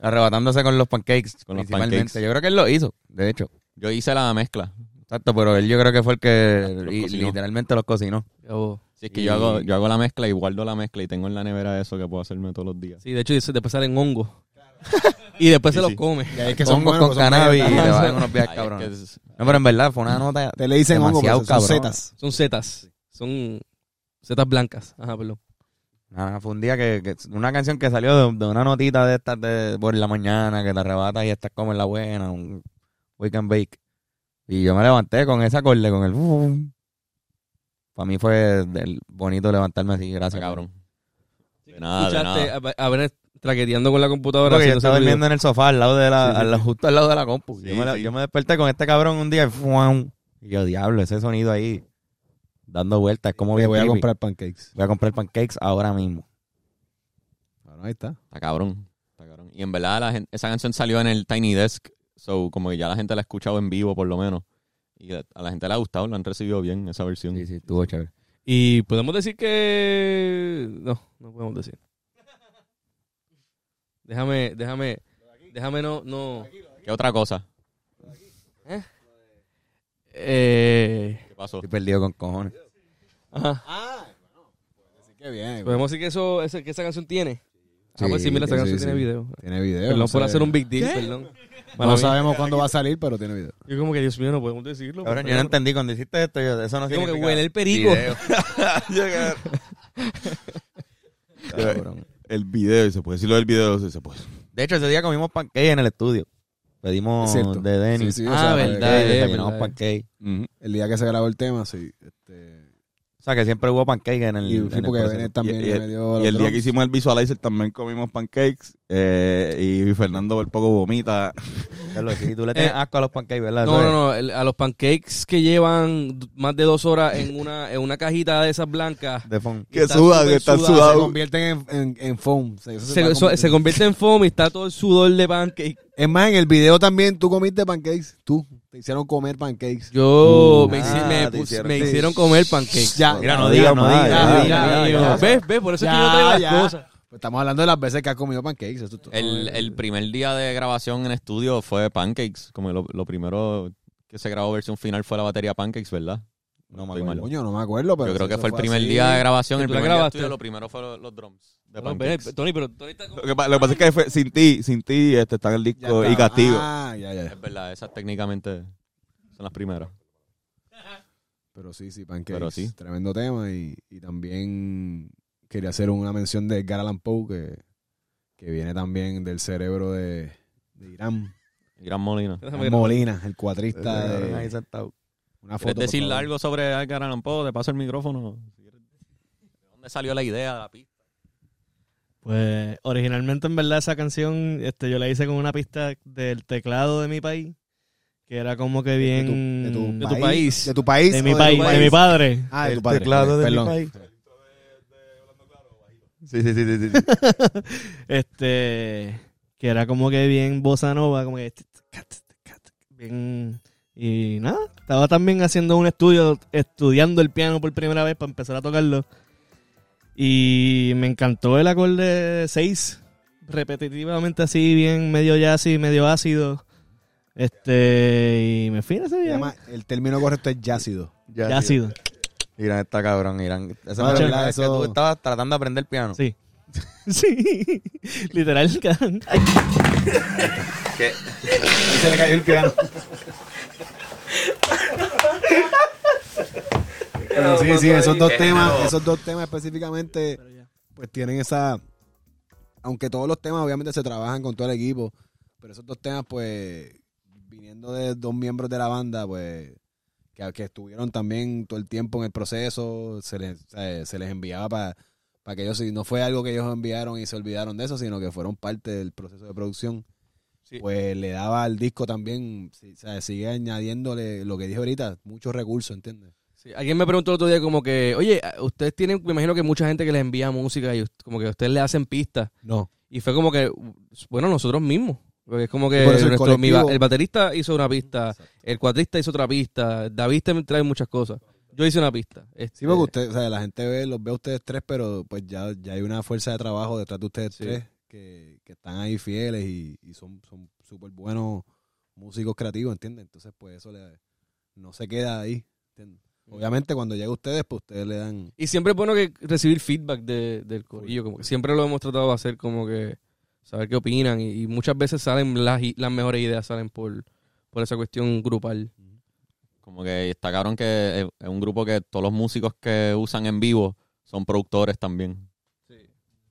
Arrebatándose con los pancakes. Con los principalmente. pancakes. Yo creo que él lo hizo, de hecho. Yo hice la mezcla. Exacto, pero él yo creo que fue el que Los li- cocinó. literalmente los cocinó. Yo- Si es que Y- yo, hago, yo hago la mezcla y guardo la mezcla y tengo en la nevera eso que puedo hacerme todos los días. Sí, de hecho, dice, después salen hongos. y después se Sí, los sí. come. Y ahí es que son Hongos buenos, con son cannabis y vegetales. le van unos pies Ay, es cabrones. que es- No, pero en verdad fue una nota. Te le dicen hongo, Demasiado pero son cabrón. setas. Son setas. Son setas blancas. Ajá, perdón. Nada, fue un día que, que una canción que salió de, de una notita de estas de por la mañana que te arrebatas y estás como en la buena, un weekend bake. Y yo me levanté con ese acorde, con el. Para mí fue del- bonito levantarme así, ah, gracias. cabrón. Ah, De nada, de Escuchaste nada. a, a ver traqueteando con la computadora. Porque yo haciendo estaba ese ruido. durmiendo en el sofá al lado de la, Sí, sí, al- sí. justo al lado de la compu. Sí, yo, me, la- sí. yo me desperté con este cabrón un día y ¡fuam! Y yo, diablo, ese sonido ahí dando vueltas, es como Le bien voy a creepy. comprar pancakes. Voy a comprar pancakes ahora mismo. Bueno, ahí está. Está cabrón. Está cabrón. Y en verdad la gente- esa canción salió en el Tiny Desk. So, como que ya la gente la ha escuchado en vivo por lo menos. Y la- a la gente le ha gustado, la han recibido bien esa versión. Sí, sí, estuvo chévere. Y podemos decir que. No, no podemos decir. Déjame, déjame, déjame no. no. ¿Qué otra cosa? Eh, ¿Qué pasó? Estoy perdido con cojones. ajá. Así que bien. güey. Podemos decir que, eso, ese- que esa canción tiene. ah, Sí, pues sí, mira, esa sí, canción sí, tiene sí. video. Tiene video. Perdón no por sé. hacer un big deal, perdón. No Mala mía. sabemos cuándo va a salir, pero tiene video. Yo como que, Dios mío, no podemos decirlo. Cabrón, por yo no favor. entendí cuando hiciste esto, yo, eso no Yo como que significa huele el perico. video. Yo que- Cabrón. El video, y se puede decirlo del video, sí, se puede. De hecho, ese día comimos pancakes en el estudio. Pedimos Es cierto. de Denny. Sí, sí, o Ah, sea, verdad, eh, eh, desayunamos verdad. pancakes. El día que se grabó el tema, sí. Este, O sea, que siempre hubo pancakes en el. y en sí, el porque proceso. Benet también Y- y- me dio Y los el día que drums. hicimos el visualizer también comimos pancakes eh, y Fernando por poco vomita. Carlos, sí, tú le tienes Eh, asco a los pancakes, ¿verdad? No, Eso es. no, no. el- a los pancakes que llevan d- más de dos horas en una, en una cajita de esas blancas. De fun. Que suda, que están se sudados. convierten en, en, en foam. Se- eso se va Se, so- a se convertir. convierte en foam y está todo el sudor de pancake. es más, en el video también tú comiste pancakes. Tú. Te hicieron comer pancakes. Yo Uh, me, hici- ah, me te pus- hicieron- me sí. hicieron comer pancakes. Ya. Mira, No no digas, digas no más, digas. ya, no ya, digas, ya, no digas. ya. ¿Ves? ¿Ves? Por eso es que yo no traigo las ya. cosas. Pues estamos hablando de las veces que has comido pancakes. Eso es todo. El, el primer día de grabación en estudio fue Pancakes. Como lo, lo primero que se grabó versión final fue la batería Pancakes, ¿verdad? No me Estoy acuerdo. Coño, no me acuerdo, pero Yo creo eso que fue el primer así. día de grabación. ¿Que El tú la primer día de grabaste? estudio, lo primero fueron los, los drums de No, Pancakes. ven, Tony, pero Tony está como- Lo que, pa- lo que pasa es que fue sin ti, sin ti, este, está en el Ya disco y estaba. castigo. Ah, ya, ya. Es verdad, esas técnicamente son las primeras. Pero sí, sí, Pancakes. Pero sí. Tremendo tema. Y, y también quería hacer una mención de Edgar Allan Poe, que, que viene también del cerebro de, de Irán. Gran Molina. Déjame Irán grabar. Molina, el cuatrista Cabrón, ahí de... sentado. Una ¿Quieres foto, por decir favor. algo sobre Edgar Allan Poe? Te paso el micrófono. Si quieres. ¿De dónde salió la idea, la pista? Pues originalmente en verdad esa canción este, yo la hice con una pista del teclado de mi país, que era como que De bien... tu, de tu de, país, país. De tu país. mi o tu país, de mi padre. Ah, de tu El padre. teclado de mi Perdón. país. Sí, sí, sí, sí, sí, sí. Este, que era como que bien bossa nova, como que... Bien... Y nada, estaba también haciendo un estudio, estudiando el piano por primera vez para empezar a tocarlo. Y me encantó el acorde 6, repetitivamente así, bien medio jazzy, medio ácido. Este, y me fui en ese Se día. llama- el término correcto es yácido. Ya, sí. Ácido. Irán está cabrón, Irán. Esa No, es la de primera verdad, vez que eso- tú estabas tratando de aprender piano. Sí. Sí. Literal. cabrón. Ay, se le cayó el piano. Pero sí, sí, esos dos temas, esos dos temas específicamente, pues tienen esa. Aunque todos los temas obviamente se trabajan con todo el equipo, pero esos dos temas, pues, viniendo de dos miembros de la banda, pues, que, que estuvieron también todo el tiempo en el proceso, se les, se- se les enviaba para que ellos, si no fue algo que ellos enviaron y se olvidaron de eso, sino que fueron parte del proceso de producción Sí. pues le daba al disco también, si- o sea, sigue añadiéndole lo que dije ahorita, muchos recursos, ¿entiendes? Sí, alguien me preguntó el otro día como que, oye, ah, ustedes tienen, me imagino que mucha gente que les envía música y ust- como que ustedes le hacen pistas. No. Y fue como que, bueno, nosotros mismos. Porque es como que Y por eso el nuestro- mi ba- el, colectivo- baterista hizo una pista, el cuatrista hizo otra pista, David te trae muchas cosas. Yo hice una pista. Sí, este, porque usted, o sea, la gente ve, los ve a ustedes tres, pero pues ya, ya hay una fuerza de trabajo detrás de ustedes Sí. tres que, que están ahí fieles y, y son son súper buenos músicos creativos, ¿entiendes? Entonces, pues eso le, no se queda ahí. ¿entiendes? Obviamente cuando llega a ustedes, pues ustedes le dan... Y siempre es bueno que recibir feedback de- del corillo, como que siempre lo hemos tratado de hacer como que saber qué opinan y, y muchas veces salen las, i- las mejores ideas salen por, por esa cuestión grupal. Como que está cabrón que eh, es- es un grupo que todos los músicos que usan en vivo son productores también.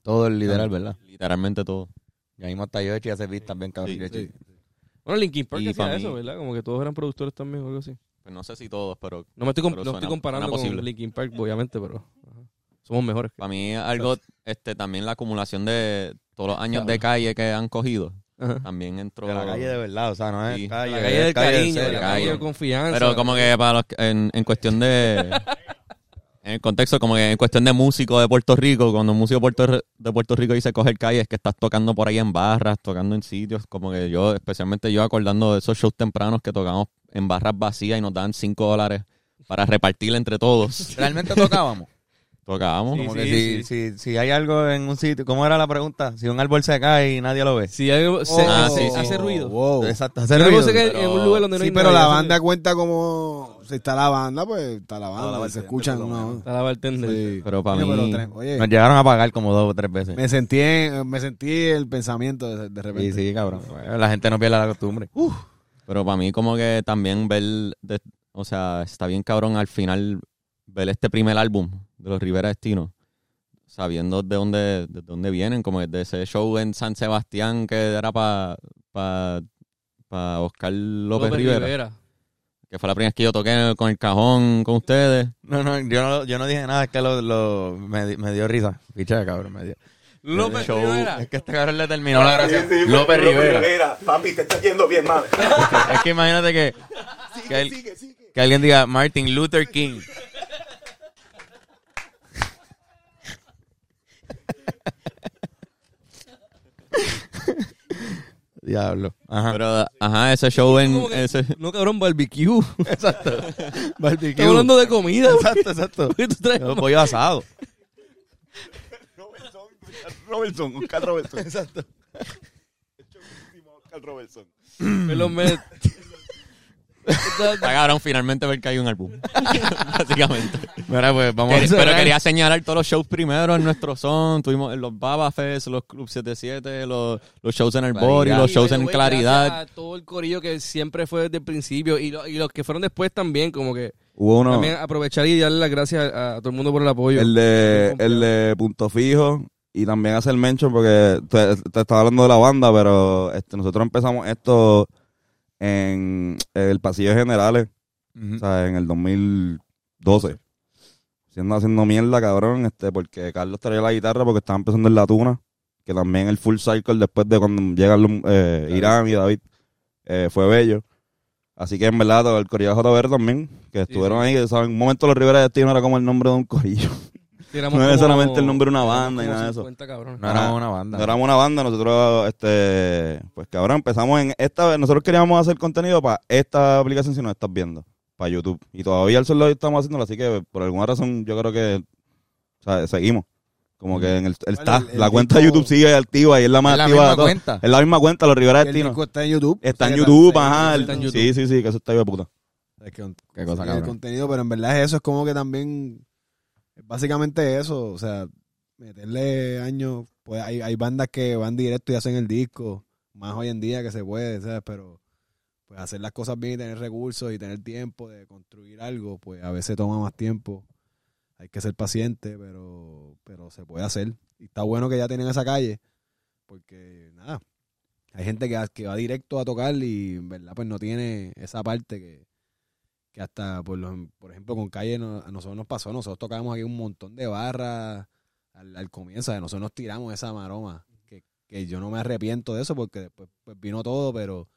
Todo el literal, ¿verdad? Literalmente todo. Ya mismo está Yoshi hace vistas bien cabrón. Sí, Yoshi. Bueno, Linkin Park Y hacía pa' eso, mí- ¿verdad? Como que todos eran productores también o algo así. Pues no sé si todos, pero No me estoy, com- Pero no suena- estoy comparando suena con posible. Linkin Park, obviamente, pero ajá. somos mejores. para mí es algo, este, también la acumulación de todos los años de calle que han cogido, Ajá. también entró. De la calle de verdad, o sea, no es Sí. calle. La calle del es calle en cariño, serio. la calle calle. de confianza. Pero como que para los que- en, en cuestión de... En el contexto, como que en cuestión de músico de Puerto Rico, cuando un músico de Puerto, de Puerto Rico dice coger calle, es que estás tocando por ahí en barras, tocando en sitios, como que yo, especialmente yo acordando de esos shows tempranos que tocamos en barras vacías y nos dan 5 dólares para repartir entre todos. Realmente tocábamos. Tocábamos. Como Sí, que sí, si, Si, si hay algo en un sitio, ¿cómo era la pregunta? Si un árbol se cae y nadie lo ve. si algo se- Oh, hace, Ah, sí. Ah, hace ruido. wow. Exacto, hacer Yo me ruido. puse que en pero- un lugar donde no Sí, hay pero nadie, la hace- banda cuenta como... Si está la banda, pues está la banda. banda, se escuchan por lo una... menos. Está la bartender. Sí. Pero para Coño, pero mí... tres- oye, Nos llegaron a pagar como dos o tres veces. me sentí, en- me sentí el pensamiento de, de repente. Sí, sí, cabrón. Bueno, La gente Este no pierde la costumbre. Pero para mí como que también ver, de- o sea, está bien cabrón al final ver este primer álbum de los Rivera Destino, sabiendo de dónde, de dónde vienen, como de ese show en San Sebastián que era para pa, pa Oscar López, Rivera, que fue la primera vez que yo toqué con el cajón con ustedes. No, no, yo no, yo no dije nada, es que lo, lo- me, di- me dio risa. Picha de cabrón, me dio. López Show. Rivera. Es que este cabrón le terminó la gracia. López Rivera. Papi, te está yendo bien, madre. Es que imagínate que, que, al- que alguien diga Martin Luther King. Diablo. Ajá. Pero, ajá, ese show en... Como que- Ese, No, cabrón, barbecue. exacto. Barbecue. Estamos hablando de comida. Exacto, exacto. ¿Por qué tú traes- pues, Yo, pollo asado. Robertson, Robertson, Oscar Robertson. Exacto. Oscar Robertson. Pelo Met. está cabrón finalmente ver que hay un álbum, básicamente. Mira, pues vamos Quería- a pero quería señalar todos los shows primero en nuestro son. Tuvimos en los Baba Fest, los Club 77, los, los shows en el Claridad. Bori, los Y, by shows the en way, Claridad. gracias A todo el corillo que siempre fue desde el principio y, lo- y los que fueron después también, como que Hubo uno, también aprovechar y darle las gracias a, a todo el mundo por el apoyo. el de, el de Punto Fijo, y también hacer mention porque te, te estaba hablando de la banda, pero este, nosotros empezamos esto en el Pasillo de Generales, o sea, en el 2012. Siendo haciendo mierda, cabrón, este, porque Carlos traía la guitarra porque estaba empezando en la tuna, que también el full cycle después de cuando llegan los, eh, Irán y David eh, fue bello. Así que en verdad, el corillo de JBR también, que estuvieron ahí, que saben, en un momento los Rivera de Destino era como el nombre de un corillo. Tiramos no como- necesariamente el nombre de una tiramos banda y como nada de eso. 50 cabrones. No éramos Ajá. una banda. No éramos una banda, nosotros, este, pues cabrón, empezamos en esta vez, nosotros queríamos hacer contenido para esta aplicación si nos estás viendo, para YouTube. Y todavía al sol lo estamos haciéndolo, así que por alguna razón yo creo que, o sea, seguimos. Como que en el, el- está, El- el la cuenta de disco- YouTube sigue activa y es la más Es la activa de misma todas. cuenta. Es la misma cuenta, los Rivera el Destino. disco está en YouTube. Está en Sí, YouTube, está- ajá. está en el- YouTube. Sí, sí, sí, que eso está de puta. Es que un- Qué cosa, sí, el cabrón. contenido, pero en verdad eso es como que también básicamente eso, o sea, meterle años, pues hay, hay bandas que van directo y hacen el disco, más hoy en día que se puede, ¿sabes? Pero pues hacer las cosas bien y tener recursos y tener tiempo de construir algo, pues a veces toma más tiempo. Hay que ser paciente, pero pero se puede hacer. Y está bueno que ya tienen esa calle porque nada, hay gente que, que va directo a tocar y en verdad pues no tiene esa parte que, que hasta por, los- por ejemplo con calle no- a nosotros nos pasó, nosotros tocábamos aquí un montón de barras al, al comienzo, ¿sabes? nosotros nos tiramos esa maroma, que, que yo no me arrepiento de eso porque después pues, vino todo, pero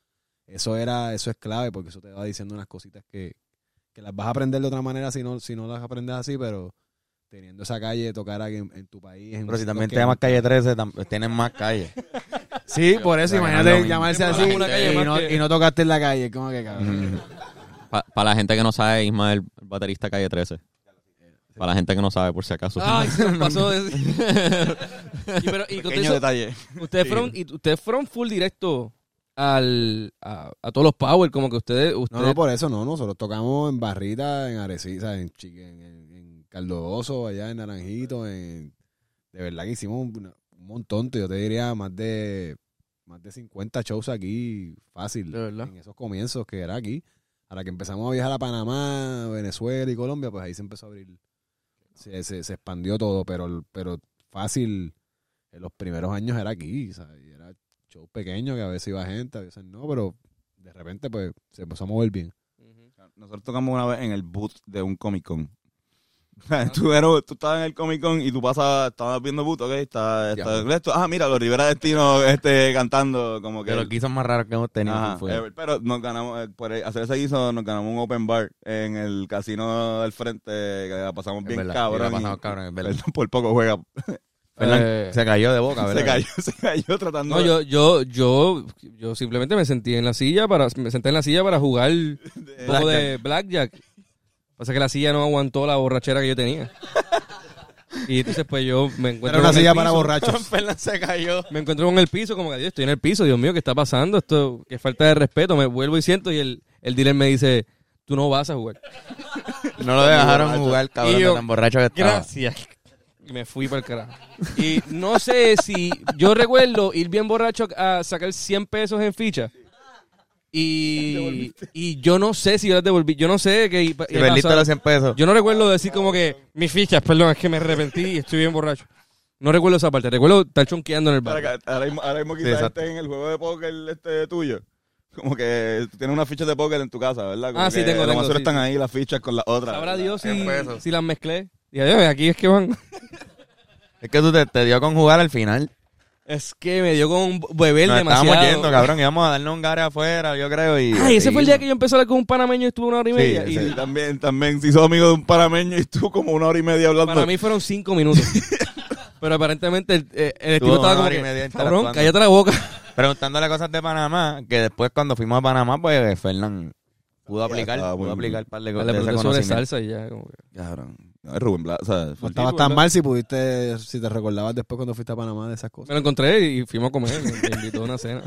eso era, eso es clave porque eso te va diciendo unas cositas que, que las vas a aprender de otra manera si no, si no las aprendes así, pero teniendo esa calle, tocar aquí en, en tu país. en Pero si sitios también que te llamas nunca- calle 13, tam- tienes más calle. Sí, por eso, O sea, que no es imagínate lo mismo. llamarse Es así como una calle y más no, que- y no tocaste en la calle, como que cabrón. Para la gente que no sabe, Ismael, baterista calle 13. Para la gente que no sabe, por si acaso. Ay, se nos pasó de... y, pero, y ustedes, detalle. ustedes fueron, y ustedes fueron full directo al, a, a todos los Power, como que ustedes... No, ustedes no, por eso no, nosotros tocamos en Barrita, en Arecibo, o sea, en, Chi- en, en- en Caldo Oso, allá en Naranjito, en... De verdad que hicimos un, un montón, yo te diría más de más de 50 shows aquí, fácil. De verdad. En esos comienzos que era aquí. Ahora que empezamos a viajar a Panamá, Venezuela y Colombia, pues ahí se empezó a abrir. Se, se, se expandió todo, pero, pero fácil. En los primeros años era aquí, ¿sabes? Y Era show pequeño que a veces iba gente, a veces no, pero de repente pues se empezó a mover bien. eh, Nosotros tocamos una vez en el boot de un Comic Con. tú, eras- tú estabas en el Comic Con y tú pasas, estabas viendo boot, ok, está, está esto. Ah, mira, los Rivera Destino este, cantando como que... De los guisos más raros que hemos tenido Ajá, fue. eh, pero nos ganamos, eh, por hacer ese guiso, nos ganamos un open bar en el casino del frente, que la pasamos Es bien verdad, cabrón. sí, la pasamos y- cabrón, es verdad. Fernán por poco juega. Fernan Eh, se cayó de boca, ¿verdad? Se cayó, se cayó tratando No, yo, yo, yo, yo simplemente me sentí en la silla para, me senté en la silla para jugar un poco de blackjack. Pasa que la silla no aguantó la borrachera que yo tenía. Y entonces pues yo me encuentro Era una con el silla para piso. borrachos. Fernan se cayó. Me encuentro con el piso, como que Dios, estoy en el piso, Dios mío, ¿qué está pasando? Esto, qué falta de respeto. Me vuelvo y siento y el, el dealer me dice, tú no vas a jugar. No lo dejaron jugar, cabrón, Y de yo, tan borracho que estaba. Y Ah. me fui para el carajo. Y no sé si yo recuerdo ir bien borracho a sacar 100 pesos en ficha. Y, y yo no sé si yo las devolví. Yo no sé qué, Y perdiste los 100 pesos. Yo no recuerdo decir como que mis fichas, perdón, es que me arrepentí y estoy bien borracho. No recuerdo esa parte. Recuerdo estar chonqueando en el bar. Ahora, que- ahora mismo, ahora mismo Sí, quizás exacto. estés en el juego de póker este tuyo. Como que tú tienes una ficha de póker en tu casa, ¿verdad? Como Ah, sí, que tengo, Lo tengo, más seguro sí, están ahí las fichas con las otras. Sabrá ¿verdad? Dios si, Cien pesos. si las mezclé. Y adiós, aquí es que van. Es que tú te, te dio con jugar al final. Es que me dio con beber Nos demasiado. estábamos yendo, cabrón. Íbamos a darnos un gare afuera, yo creo. Y, Ay, ese fue el día y- que yo empecé a hablar con un panameño y estuve una hora y Sí, media. sí, y también, también. Si sos amigo de un parameño y tú como una hora y media hablando. Pues- Para mí fueron cinco minutos. Pero aparentemente el, eh, el tipo Tuvo estaba una como hora y que, media cabrón, interactuando". cállate la boca. Preguntándole cosas de Panamá, que después cuando fuimos a Panamá, pues Fernán pudo aplicar, estaba muy pudo bien. aplicar un par de Le cosas. de pregunté ese sobre conocimiento. salsa y ya. como que- Cabrón. No, es Rubén Blas. O sea, No fue- estabas tan mal si pudiste, si te recordabas después cuando fuiste a Panamá de esas Me cosas. lo encontré y fuimos a comer. Me invitó a una cena.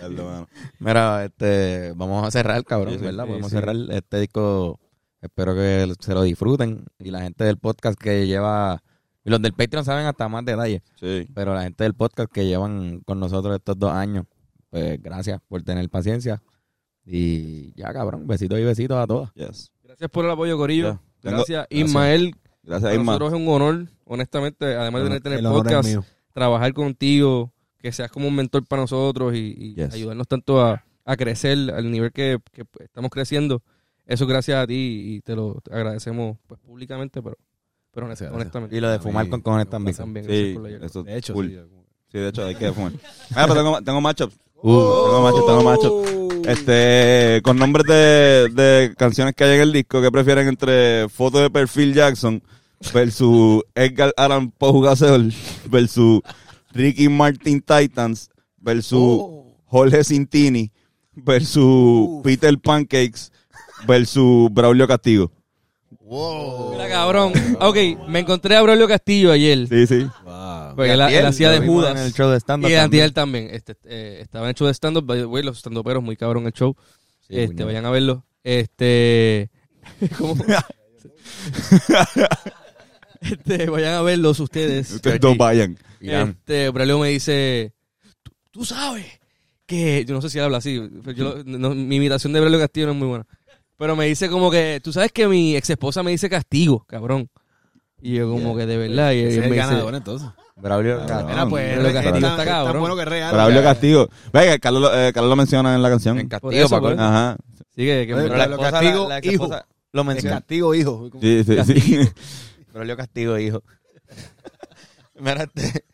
Diablo, mano. Mira, este, vamos a cerrar, cabrón, ¿verdad? sí, Podemos sí. cerrar este disco. Espero que se lo disfruten. Y la gente del podcast que lleva. Y los del Patreon saben hasta más detalles. Sí. Pero la gente del podcast que llevan con nosotros estos dos años, pues gracias por tener paciencia. Y ya, cabrón, besitos y besitos a todas. Yes. Gracias por el apoyo, Corillo. Ya, tengo- Gracias, gracias. Ismael. Gracias, Para Isma. nosotros es un honor, honestamente, además de tenerte en El el honor es podcast, mío. trabajar contigo, que seas como un mentor para nosotros y, y Yes. ayudarnos tanto a, a crecer al nivel que, que estamos creciendo. Eso gracias a ti y te lo agradecemos pues, públicamente, pero, pero honest- Gracias, gracias. honestamente. Y lo de fumar mí, con cojones también. También, gracias Sí, por la ayuda. eso, De hecho, cool. sí, yo- Sí, de hecho, hay que fumar. Mira, pero tengo, tengo matchups. Uh. Tengo matchups, tengo matchups. Este, con nombres de, de canciones que hay en el disco, ¿qué prefieren entre foto de perfil Jackson versus Edgar Allan Poe Gasol versus Ricky Martin Titans versus Oh. Jorge Cintini versus Peter Pancakes versus Braulio Castigo? Mira, cabrón. Ok, me encontré a Braulio Castillo ayer. Sí, sí. Porque él, él hacía de Lo vimos Judas. En el show de stand-up y también. Antiel también. Este, eh, estaba en el show de stand-up. by the way, Los stand-uperos, muy cabrón el show. Sí, este, puñeta. vayan a verlo. Este. ¿Cómo? este, vayan a verlos ustedes. Ustedes dos vayan. Eh. Irán. Este, Braulio me dice: "Tú- Tú sabes que. Yo no sé si él habla así. pero yo lo- no, mi imitación de Braulio Castillo no es muy buena. Pero me dice como que. Tú sabes que mi ex esposa me dice castigo, cabrón. Y yo, como que de verdad. Y él Ese es me el dice, ganador entonces. Braulio. Mira, pues, Pero lo que es está- tan- está es tan cabrón. bueno que es real. Braulio Castigo. Venga, Carlos, lo- eh, Carlos lo menciona en la canción. En Por castigo, eso, Paco. por eso. Ajá. Sí, que- que- Pero Pero la lo esposa, castigo, la- la hijo. esposa Lo Es menciona. castigo, hijo. Sí, sí, sí. Braulio Castigo, hijo. Mira, este-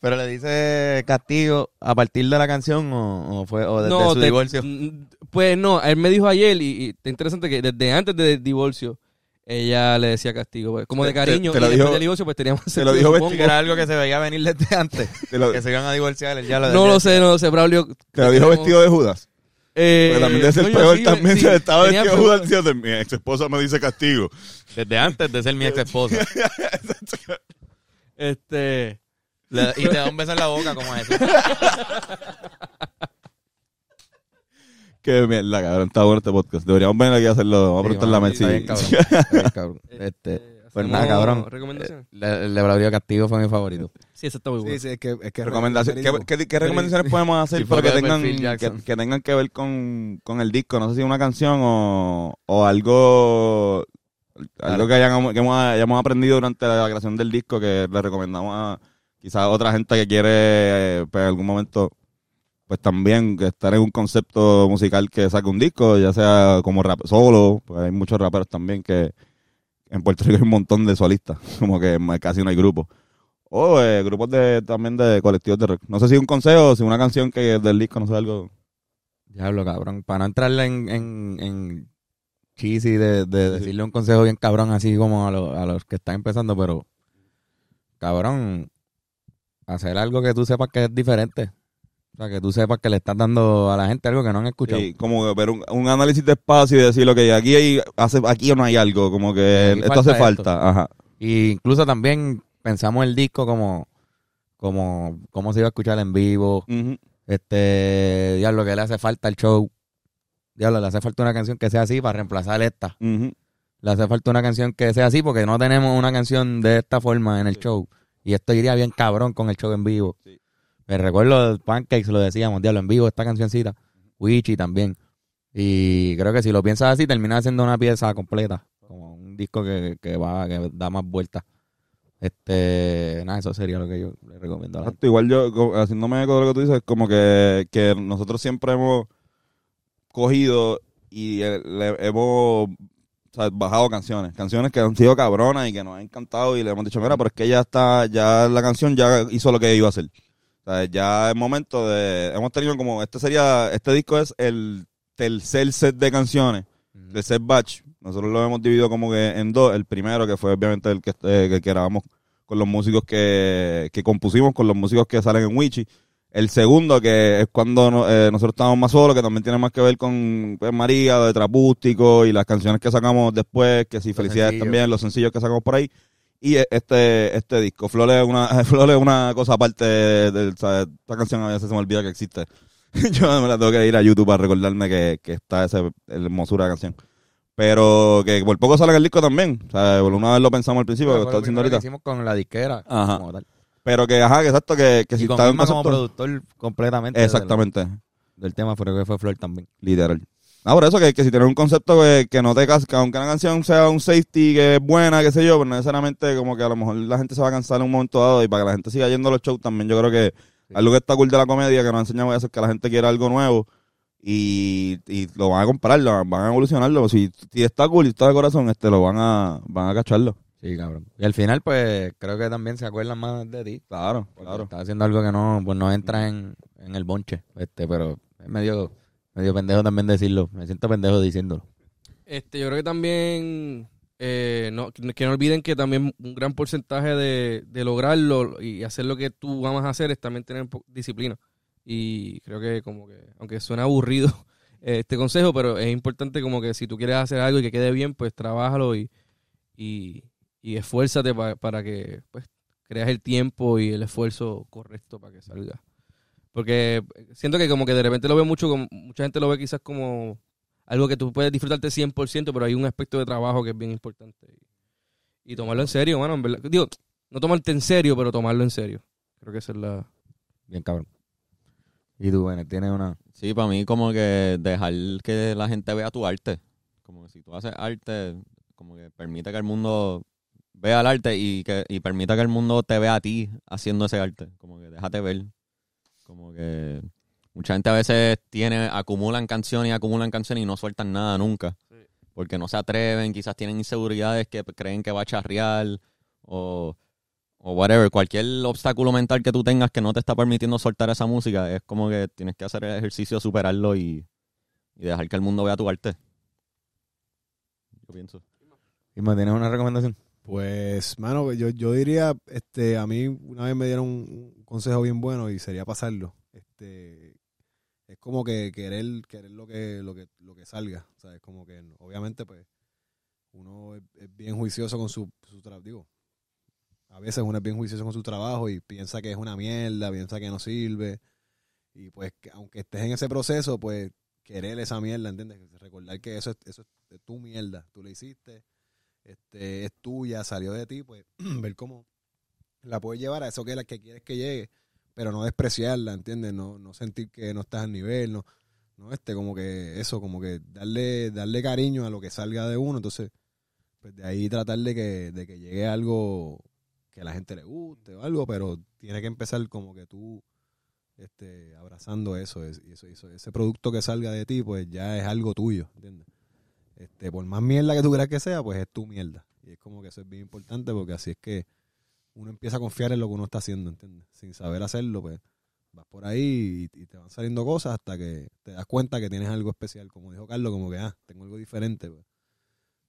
Pero le dice Castigo a partir de la canción o, o fue o desde su te- divorcio. mm, Pues no, él me dijo ayer, y, y está interesante que desde antes del divorcio, ella le decía castigo, pues, como de Te- te- cariño. te lo y después dijo- del divorcio, pues teníamos te lo dijo supongo. Que era algo que se veía venir desde antes. Te lo, que se iban a divorciar. él ya lo No decía. lo sé, no lo sé, Braulio. te lo dijo tenemos- vestido de Judas. Eh, Porque también es el coño, peor. sí, también sí, se estaba tenía vestido de Judas preguntas. diciendo: Mi ex esposa me dice castigo. Desde antes de ser mi ex esposa. Este. Le- y te da un beso en la boca como eso. Qué mierda, cabrón. Está bueno este podcast. Deberíamos venir aquí a hacerlo. Vamos a preguntarle a Está bien, Messi. cabrón. Está bien, cabrón. Este, pues nada, cabrón. ¿Recomendaciones? Le- El de Braulio Castillo fue mi favorito. Sí, esa está muy buena. Sí, sí, es que, es que Recomendación. ¿Qué, qué- qué recomendaciones podemos hacer Sí, para que foto de tengan, perfil, Jackson. que, que tengan que ver con, con el disco? No sé si una canción o, o algo algo que, hayan, que hemos, hayamos aprendido durante la creación del disco que le recomendamos a quizás otra gente que quiere eh, pues, en algún momento pues también que estar en un concepto musical que saque un disco, ya sea como rap solo, pues hay muchos raperos también que en Puerto Rico hay un montón de solistas, como que ma- casi no hay grupos. O eh, grupos de también de colectivos de rock. No sé si un consejo, o si una canción que del disco, no sé algo. Diablo, cabrón. Para no entrarle en, en, en cheesy de, de decirle un consejo bien cabrón así como a, lo- a los que están empezando, pero cabrón, hacer algo que tú sepas que es diferente. O sea, que tú sepas que le estás dando a la gente algo que no han escuchado. Sí, como que ver un, un análisis de espacio y decir, ok, aquí hay, hace, aquí no hay algo, como que Aquí esto falta hace falta. Ajá. Y incluso también pensamos el disco como, como cómo se iba a escuchar en vivo. Ujú. Este, diablo, que le hace falta al show. Diablo, le hace falta una canción que sea así para reemplazar esta. Ujú. le hace falta una canción que sea así porque no tenemos una canción de esta forma en el show. Y esto iría bien cabrón con el show en vivo. Sí. Me recuerdo de Pancakes, lo decíamos, diablo, en vivo esta cancioncita. Wichi también. Y creo que si lo piensas así, terminas haciendo una pieza completa. Como un disco que, que va, que da más vueltas. Este, nada, eso sería lo que yo le recomiendo a la Exacto, gente. igual yo, co- haciéndome eco de lo que tú dices, como que, que nosotros siempre hemos cogido y eh, le hemos o sea, bajado canciones, canciones que han sido cabronas y que nos han encantado y le hemos dicho, mira, pero es que ya está, ya la canción ya hizo lo que iba a hacer. O sea, ya es momento de, hemos tenido como, este sería, este disco es el tercer set de canciones, de set batch. Nosotros lo hemos dividido como que en dos. El primero, que fue obviamente el que, eh, que- que grabamos con los músicos que, que compusimos, con los músicos que salen en Wichi. El segundo, que es cuando no- eh, nosotros estábamos más solos, que también tiene más que ver con pues, María, de Trapústico y las canciones que sacamos después, que sí, felicidades sencillos. también, los sencillos que sacamos por ahí. Y e- este, este disco, Flor es una, Flor es una cosa aparte de, de- ¿sabes? esta canción a veces se me olvida que existe. Yo me la tengo que ir a YouTube para recordarme que, que está esa hermosura de canción. Pero que por poco sale en el disco también. O sea, por una vez lo pensamos al principio, Fue lo que está lo diciendo primero que ahorita. hicimos con la disquera. Ajá. como tal. Pero que, ajá, que exacto, que, que si y con está en Vilma como concepto- productor completamente. del- Exactamente, Del, tema, creo que fue Flor también. literal. Ah, por eso que, que si tienes un concepto que, que no te cas- que aunque la canción sea un safety, que es buena, qué sé yo, pero no necesariamente como que a lo mejor la gente se va a cansar en un momento dado y para que la gente siga yendo a los shows también, yo creo que algo que está cool de la comedia que nos enseñamos eso es que la gente quiere algo nuevo y, y lo van a comprar, lo van van a evolucionarlo. Si, si está cool y está de corazón, este lo van a, van a cacharlo. Sí, cabrón. Y al final, pues, creo que también se acuerdan más de ti. Claro, Porque Estás haciendo algo que no, pues, no entra en, en el bonche. Este, pero es medio, medio pendejo también decirlo. Me siento pendejo diciéndolo. Este, yo creo que también eh, no, que no olviden que también un gran porcentaje de, de lograrlo y hacer lo que tú amas hacer es también tener un po- disciplina. Y creo que como que, aunque suena aburrido eh, este consejo, pero es importante como que si tú quieres hacer algo y que quede bien, pues trabájalo y, y, y esfuérzate pa- para que pues creas el tiempo y el esfuerzo correcto para que salga. Porque eh, siento que como que de repente lo veo mucho, como, mucha gente lo ve quizás como algo que tú puedes disfrutarte 100%, pero hay un aspecto de trabajo que es bien importante. Y, y tomarlo en serio, mano, en verdad. Digo, no tomarte en serio, pero tomarlo en serio. Creo que esa es la... Bien, cabrón. Y tú, bueno, tienes una. Sí, para mí como que dejar que la gente vea tu arte. Como que si tú haces arte, como que permite que el mundo vea el arte y que y permita que el mundo te vea a ti haciendo ese arte. Como que déjate ver. Como que mucha gente a veces tiene, acumulan canciones y acumulan canciones y no sueltan nada nunca. Porque no se atreven, quizás tienen inseguridades que creen que va a charrear o, o whatever. Cualquier obstáculo mental que tú tengas que no te está permitiendo soltar esa música, es como que tienes que hacer el ejercicio, de superarlo y, y dejar que el mundo vea tu arte. Yo pienso. Y me tienes una recomendación. Pues, mano, yo, yo diría, este, a mí una vez me dieron un un consejo bien bueno y sería pasarlo. Este, es como que querer, querer lo que, lo que, lo que salga. O sea, es como que obviamente, pues, uno es, es bien juicioso con su, su trabajo. Digo, a veces uno es bien juicioso con su trabajo y piensa que es una mierda, piensa que no sirve. Y pues, que aunque estés en ese proceso, pues querer esa mierda, ¿entiendes? Recordar que eso es, eso es tu mierda, tú la hiciste, este, es tuya, salió de ti, pues ver cómo la puedes llevar a eso que es la que quieres que llegue, pero no despreciarla, ¿entiendes? No, no sentir que no estás al nivel, no, no este, como que eso, como que darle, darle cariño a lo que salga de uno, entonces, pues de ahí tratar de que, de que llegue algo que a la gente le guste o algo, pero tiene que empezar como que tú este, abrazando eso, es- y eso, eso- ese producto que salga de ti, pues ya es algo tuyo, ¿entiendes? Este, por más mierda que tú creas que sea, pues es tu mierda. Y es como que eso es bien importante porque así es que uno empieza a confiar en lo que uno está haciendo, ¿entiendes? Sin saber hacerlo, pues vas por ahí y, y te van saliendo cosas hasta que te das cuenta que tienes algo especial. Como dijo Carlos, como que, ah, tengo algo diferente. pues.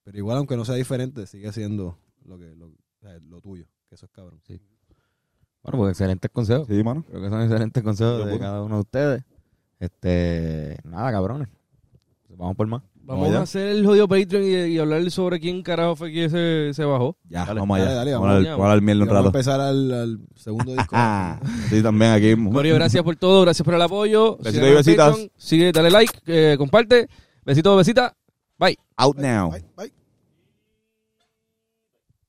Pero igual, aunque no sea diferente, sigue siendo lo que lo, o sea, lo tuyo, que eso es cabrón. Bueno, pues excelentes consejos. Sí, mano. Creo que son excelentes consejos Seguro. de cada uno de ustedes. Este, nada, cabrones. Vamos por más. Vamos allá. a hacer el jodido Patreon y, y hablar sobre quién carajo fue que se, se bajó. Ya, Dale, vamos allá. dale, dale, vamos, vamos al, allá. vamos al mierda Y un vamos a rato. empezar al, al segundo disco. Ah, sí, también aquí. Corillo, gracias por todo, gracias por el apoyo. Besitos Síganos y en besitas. Patreon, Sigue, dale like, eh, comparte. Besitos, besitas. Bye. Out now. Bye, bye.